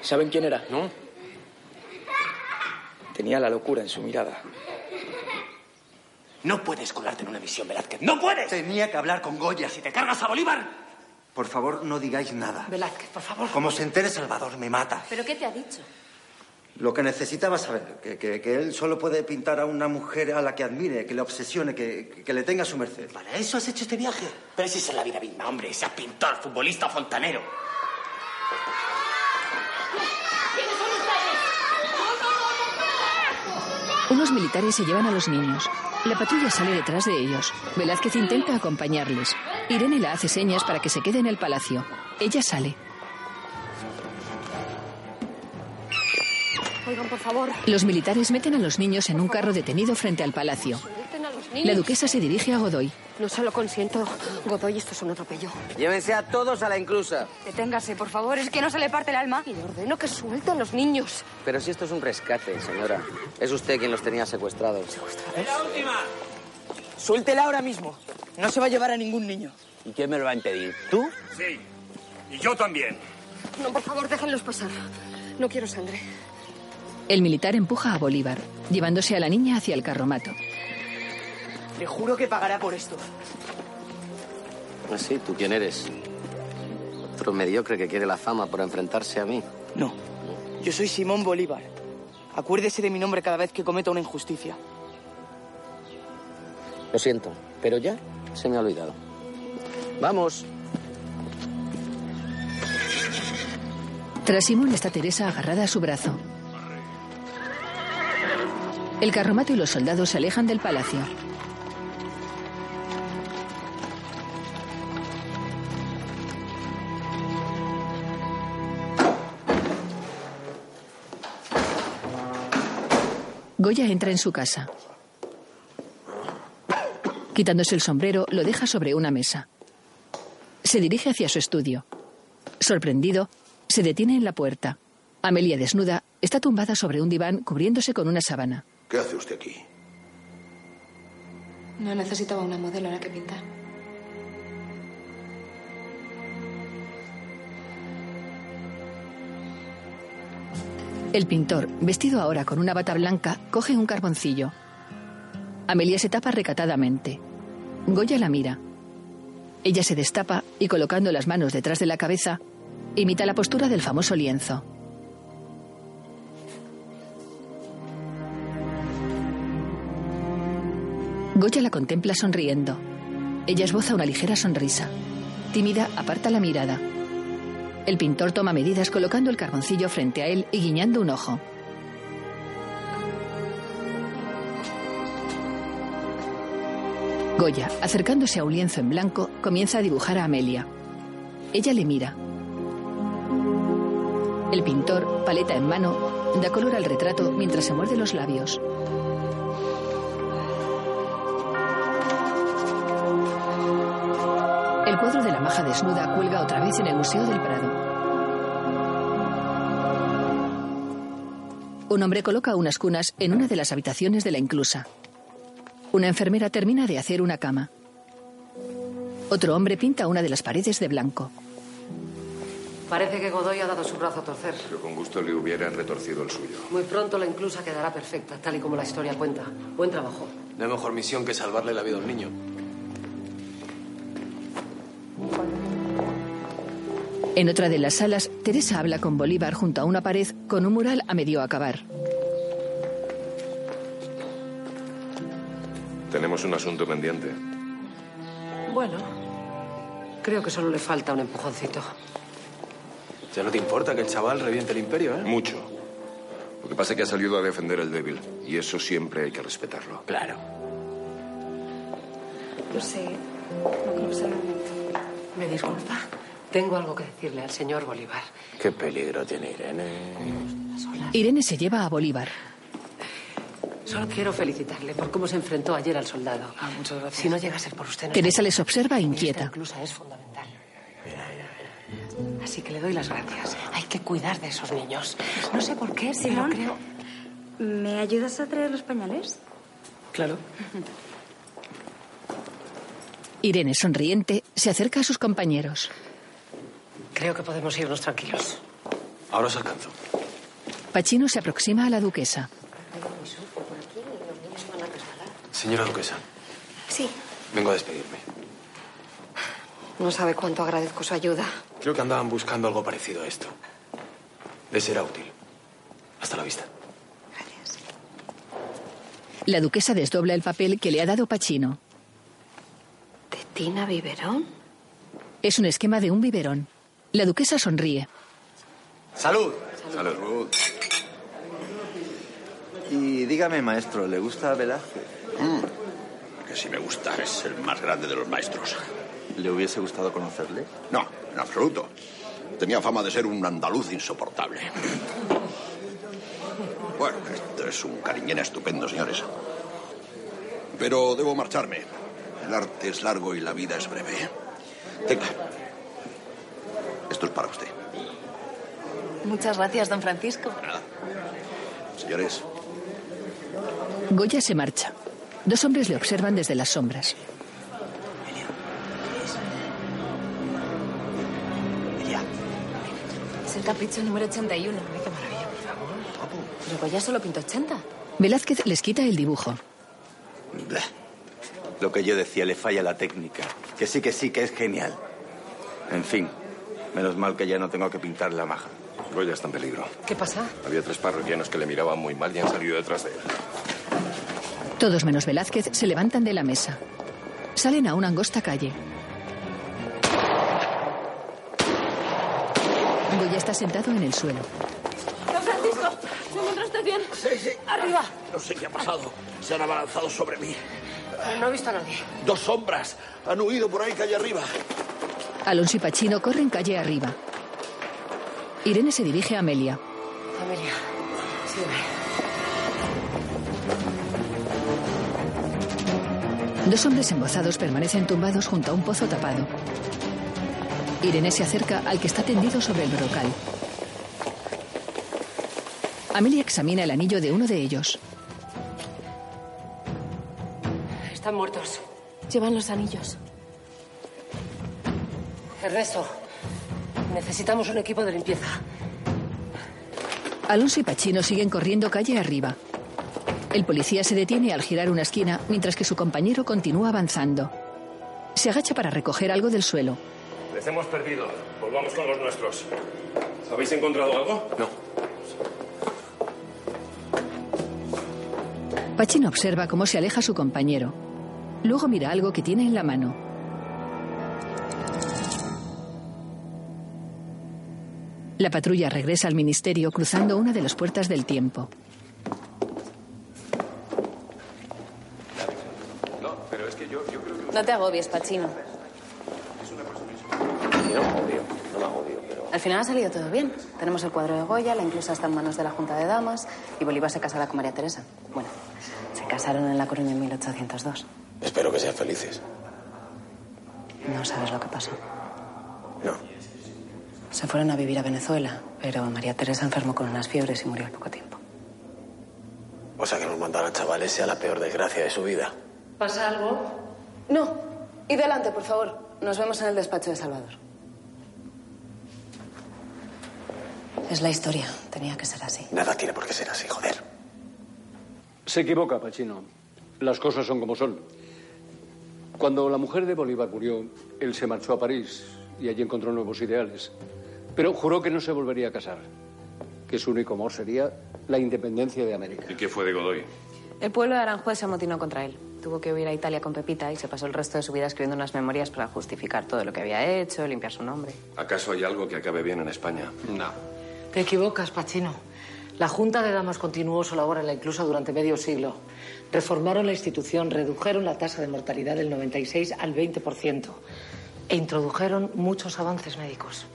S34: ¿Saben quién era? No. Tenía la locura en su mirada.
S7: No puedes colarte en una misión, Velázquez. ¡No puedes! Tenía que hablar con Goya. Si te cargas a Bolívar.
S14: Por favor, no digáis nada.
S37: Velázquez, por favor.
S14: Como se entere Salvador, me mata.
S37: ¿Pero qué te ha dicho?
S14: Lo que necesitaba saber, que, que- que él solo puede pintar a una mujer a la que admire, que le obsesione, que, que le tenga a su merced.
S7: ¿Para eso has hecho este viaje? Pero si es la vida misma, hombre. Seas pintor, futbolista, fontanero.
S2: Unos militares se llevan a los niños. La patrulla sale detrás de ellos. Velázquez intenta acompañarles. Irene la hace señas para que se quede en el palacio. Ella sale.
S19: Oigan, por favor.
S2: Los militares meten a los niños en un carro detenido frente al palacio.
S19: Suelten a los niños.
S2: La duquesa se dirige a Godoy.
S19: No se lo consiento. Godoy, esto es un atropello.
S6: Llévense a todos a la inclusa.
S19: Deténgase, por favor. Es que no se le parte el alma. Y le ordeno que suelten a los niños.
S6: Pero si esto es un rescate, señora. Es usted quien los tenía secuestrados.
S28: la última! Suéltela ahora mismo. No se va a llevar a ningún niño.
S6: ¿Y quién me lo va a impedir? ¿Tú?
S28: Sí. Y yo también.
S19: No, por favor, déjenlos pasar. No quiero sangre.
S2: El militar empuja a Bolívar, llevándose a la niña hacia el carromato.
S28: Le juro que pagará por esto.
S6: Pues sí, ¿tú quién eres? Otro mediocre que quiere la fama por enfrentarse a mí.
S34: No. Yo soy Simón Bolívar. Acuérdese de mi nombre cada vez que cometa una injusticia.
S6: Lo siento, pero ya se me ha olvidado. Vamos.
S2: Tras Simón está Teresa agarrada a su brazo. El carromato y los soldados se alejan del palacio. Goya entra en su casa. Quitándose el sombrero, lo deja sobre una mesa. Se dirige hacia su estudio. Sorprendido, se detiene en la puerta. Amelia, desnuda, está tumbada sobre un diván cubriéndose con una sábana.
S12: ¿Qué hace usted aquí?
S4: No necesitaba una modelo a la que pintar.
S2: El pintor, vestido ahora con una bata blanca, coge un carboncillo. Amelia se tapa recatadamente. Goya la mira. Ella se destapa y colocando las manos detrás de la cabeza, imita la postura del famoso lienzo. Goya la contempla sonriendo. Ella esboza una ligera sonrisa. Tímida, aparta la mirada. El pintor toma medidas colocando el carboncillo frente a él y guiñando un ojo. Goya, acercándose a un lienzo en blanco, comienza a dibujar a Amelia. Ella le mira. El pintor, paleta en mano, da color al retrato mientras se muerde los labios. El cuadro de la maja desnuda cuelga otra vez en el Museo del Prado. Un hombre coloca unas cunas en una de las habitaciones de la inclusa. Una enfermera termina de hacer una cama. Otro hombre pinta una de las paredes de blanco.
S8: Parece que Godoy ha dado su brazo a torcer.
S6: Yo con gusto le hubiera retorcido el suyo.
S8: Muy pronto la inclusa quedará perfecta, tal y como la historia cuenta. Buen trabajo.
S7: No hay mejor misión que salvarle la vida a un niño.
S2: En otra de las salas, Teresa habla con Bolívar junto a una pared con un mural a medio acabar.
S6: Tenemos un asunto pendiente.
S8: Bueno, creo que solo le falta un empujoncito.
S7: Ya no te importa que el chaval reviente el imperio, ¿eh?
S6: Mucho. Lo que pasa es que ha salido a defender al débil. Y eso siempre hay que respetarlo.
S7: Claro.
S8: No sé, no creo que sea ¿Me disculpa? Tengo algo que decirle al señor Bolívar.
S49: Qué peligro tiene Irene.
S2: Irene se lleva a Bolívar.
S8: Solo quiero felicitarle por cómo se enfrentó ayer al soldado. muchas gracias. Si no llega a ser por usted... no
S2: Ah, Teresa
S8: sé.
S2: les observa inquieta.
S8: Incluso es fundamental. Así que le doy las gracias. Hay que cuidar de esos niños. No sé por qué, pero
S2: ¿Ah?
S4: Simón.
S8: creo...
S4: ¿Me ayudas a traer los pañales?
S8: Claro.
S2: Irene, sonriente, se acerca a sus compañeros.
S8: Creo que podemos irnos tranquilos.
S7: Ahora os alcanzo.
S2: Pachino se aproxima a la duquesa.
S7: Señora duquesa,
S19: Sí,
S7: vengo a despedirme.
S19: no sabe cuánto agradezco su ayuda.
S7: Creo que andaban buscando algo parecido a esto. Les será útil. Hasta la vista.
S2: La duquesa desdobla el papel que le ha dado Pachino.
S19: ¿Tina Biberón?
S2: Es un esquema de un biberón. La duquesa sonríe.
S14: ¡Salud!
S6: Salud.
S14: Y dígame, maestro, ¿le gusta Velázquez?
S3: Ah.
S12: Que si me gusta, es el más grande de los maestros.
S14: ¿Le hubiese gustado conocerle?
S12: No, en absoluto. Tenía fama de ser un andaluz insoportable. Bueno, este es un cariñena estupendo, señores. Pero debo marcharme. El arte es largo y la vida es breve. Tenga. Esto es para usted.
S11: Muchas gracias, don Francisco.
S12: Señores,
S2: Goya se marcha. Dos hombres le observan desde las sombras.
S11: Es el capricho número 81. Ay, qué maravilla, por favor. Pero Goya solo pintó 80.
S2: Velázquez les quita el dibujo.
S14: Blah. Lo que yo decía, le falla la técnica. Que sí, que sí, que es genial. En fin, menos mal que ya no tengo que pintar la maja.
S6: Goya está en peligro.
S8: ¿Qué pasa?
S6: Había tres parroquianos que le miraban muy mal y han salido detrás de él.
S2: Todos menos Velázquez se levantan de la mesa. Salen a una angosta calle. Goya está sentado en el suelo.
S50: Don Francisco, ¿me encuentra usted bien? Sí, sí. Arriba.
S12: no sé qué ha pasado. Se han abalanzado sobre mí.
S8: No he visto a nadie.
S12: Dos sombras han huido por ahí calle arriba.
S2: Alonso y Pachino corren calle arriba. Irene se dirige a Amelia.
S8: Amelia, sirve.
S2: Dos hombres embozados permanecen tumbados junto a un pozo tapado. Irene se acerca al que está tendido sobre el brocal. Amelia examina el anillo de uno de ellos.
S8: Están muertos.
S11: Llevan los anillos.
S8: Ernesto, necesitamos un equipo de limpieza.
S2: Alonso y Pachino siguen corriendo calle arriba. El policía se detiene al girar una esquina mientras que su compañero continúa avanzando. Se agacha para recoger algo del suelo.
S51: Les hemos perdido. Volvamos con los nuestros. ¿Habéis encontrado algo? No.
S2: Pachino observa cómo se aleja su compañero. Luego mira algo que tiene en la mano. La patrulla regresa al ministerio cruzando una de las puertas del tiempo.
S6: No, pero es que yo, yo creo que...
S11: No te agobies, Pachino.
S7: Yo no me agobio, no me agobio, pero...
S11: Al final ha salido todo bien. Tenemos el cuadro de Goya, la inclusa está en manos de la Junta de Damas y Bolívar se casará con María Teresa. Bueno, se casaron en La Coruña en 1802.
S7: Espero que sean felices.
S11: No sabes lo que pasó.
S7: No.
S11: Se fueron a vivir a Venezuela, pero María Teresa enfermó con unas fiebres y murió al poco tiempo.
S7: O sea, que nos mandaron chavales sea la peor desgracia de su vida.
S11: ¿Pasa algo? No. Y delante, por favor. Nos vemos en el despacho de Salvador. Es la historia. Tenía que ser así.
S7: Nada tiene por qué ser así, joder.
S9: Se equivoca, Pachino. Las cosas son como son. Cuando la mujer de Bolívar murió, él se marchó a París y allí encontró nuevos ideales. Pero juró que no se volvería a casar, que su único amor sería la independencia de América.
S6: ¿Y qué fue de Godoy?
S11: El pueblo de Aranjuez se amotinó contra él. Tuvo que huir a Italia con Pepita y se pasó el resto de su vida escribiendo unas memorias para justificar todo lo que había hecho, limpiar su nombre.
S6: ¿Acaso hay algo que acabe bien en España? No.
S8: Te equivocas, Pachino. La Junta de Damas continuó su labor en la inclusa durante medio siglo. Reformaron la institución, redujeron la tasa de mortalidad del 96 al 20% e introdujeron muchos avances médicos.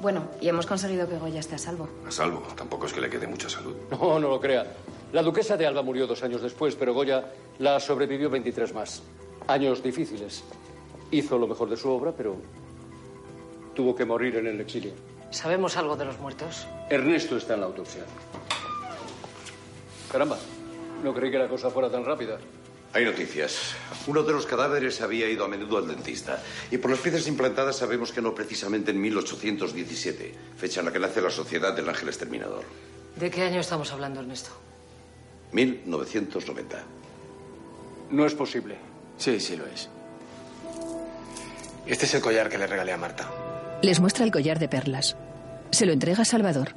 S11: Bueno, y hemos conseguido que Goya esté a salvo.
S6: A salvo. Tampoco es que le quede mucha salud.
S9: No, no lo crea. La duquesa de Alba murió dos años después, pero Goya la sobrevivió 23 más. Años difíciles. Hizo lo mejor de su obra, pero tuvo que morir en el exilio.
S8: ¿Sabemos algo de los muertos?
S9: Ernesto está en la autopsia. Caramba, no creí que la cosa fuera tan rápida.
S12: Hay noticias. Uno de los cadáveres había ido a menudo al dentista. Y por las piezas implantadas sabemos que no precisamente en 1817, fecha en la que nace la Sociedad del Ángel Exterminador.
S8: ¿De qué año estamos hablando, Ernesto?
S12: 1990.
S9: No es posible.
S52: Sí, sí lo es. Este es el collar que le regalé a Marta.
S2: Les muestra el collar de perlas. Se lo entrega a Salvador.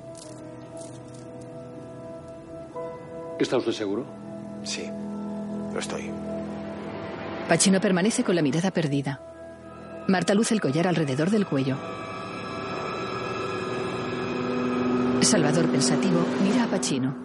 S9: ¿Está usted seguro?
S52: Sí, lo estoy.
S2: Pachino permanece con la mirada perdida. Marta luce el collar alrededor del cuello. Salvador, pensativo, mira a Pachino.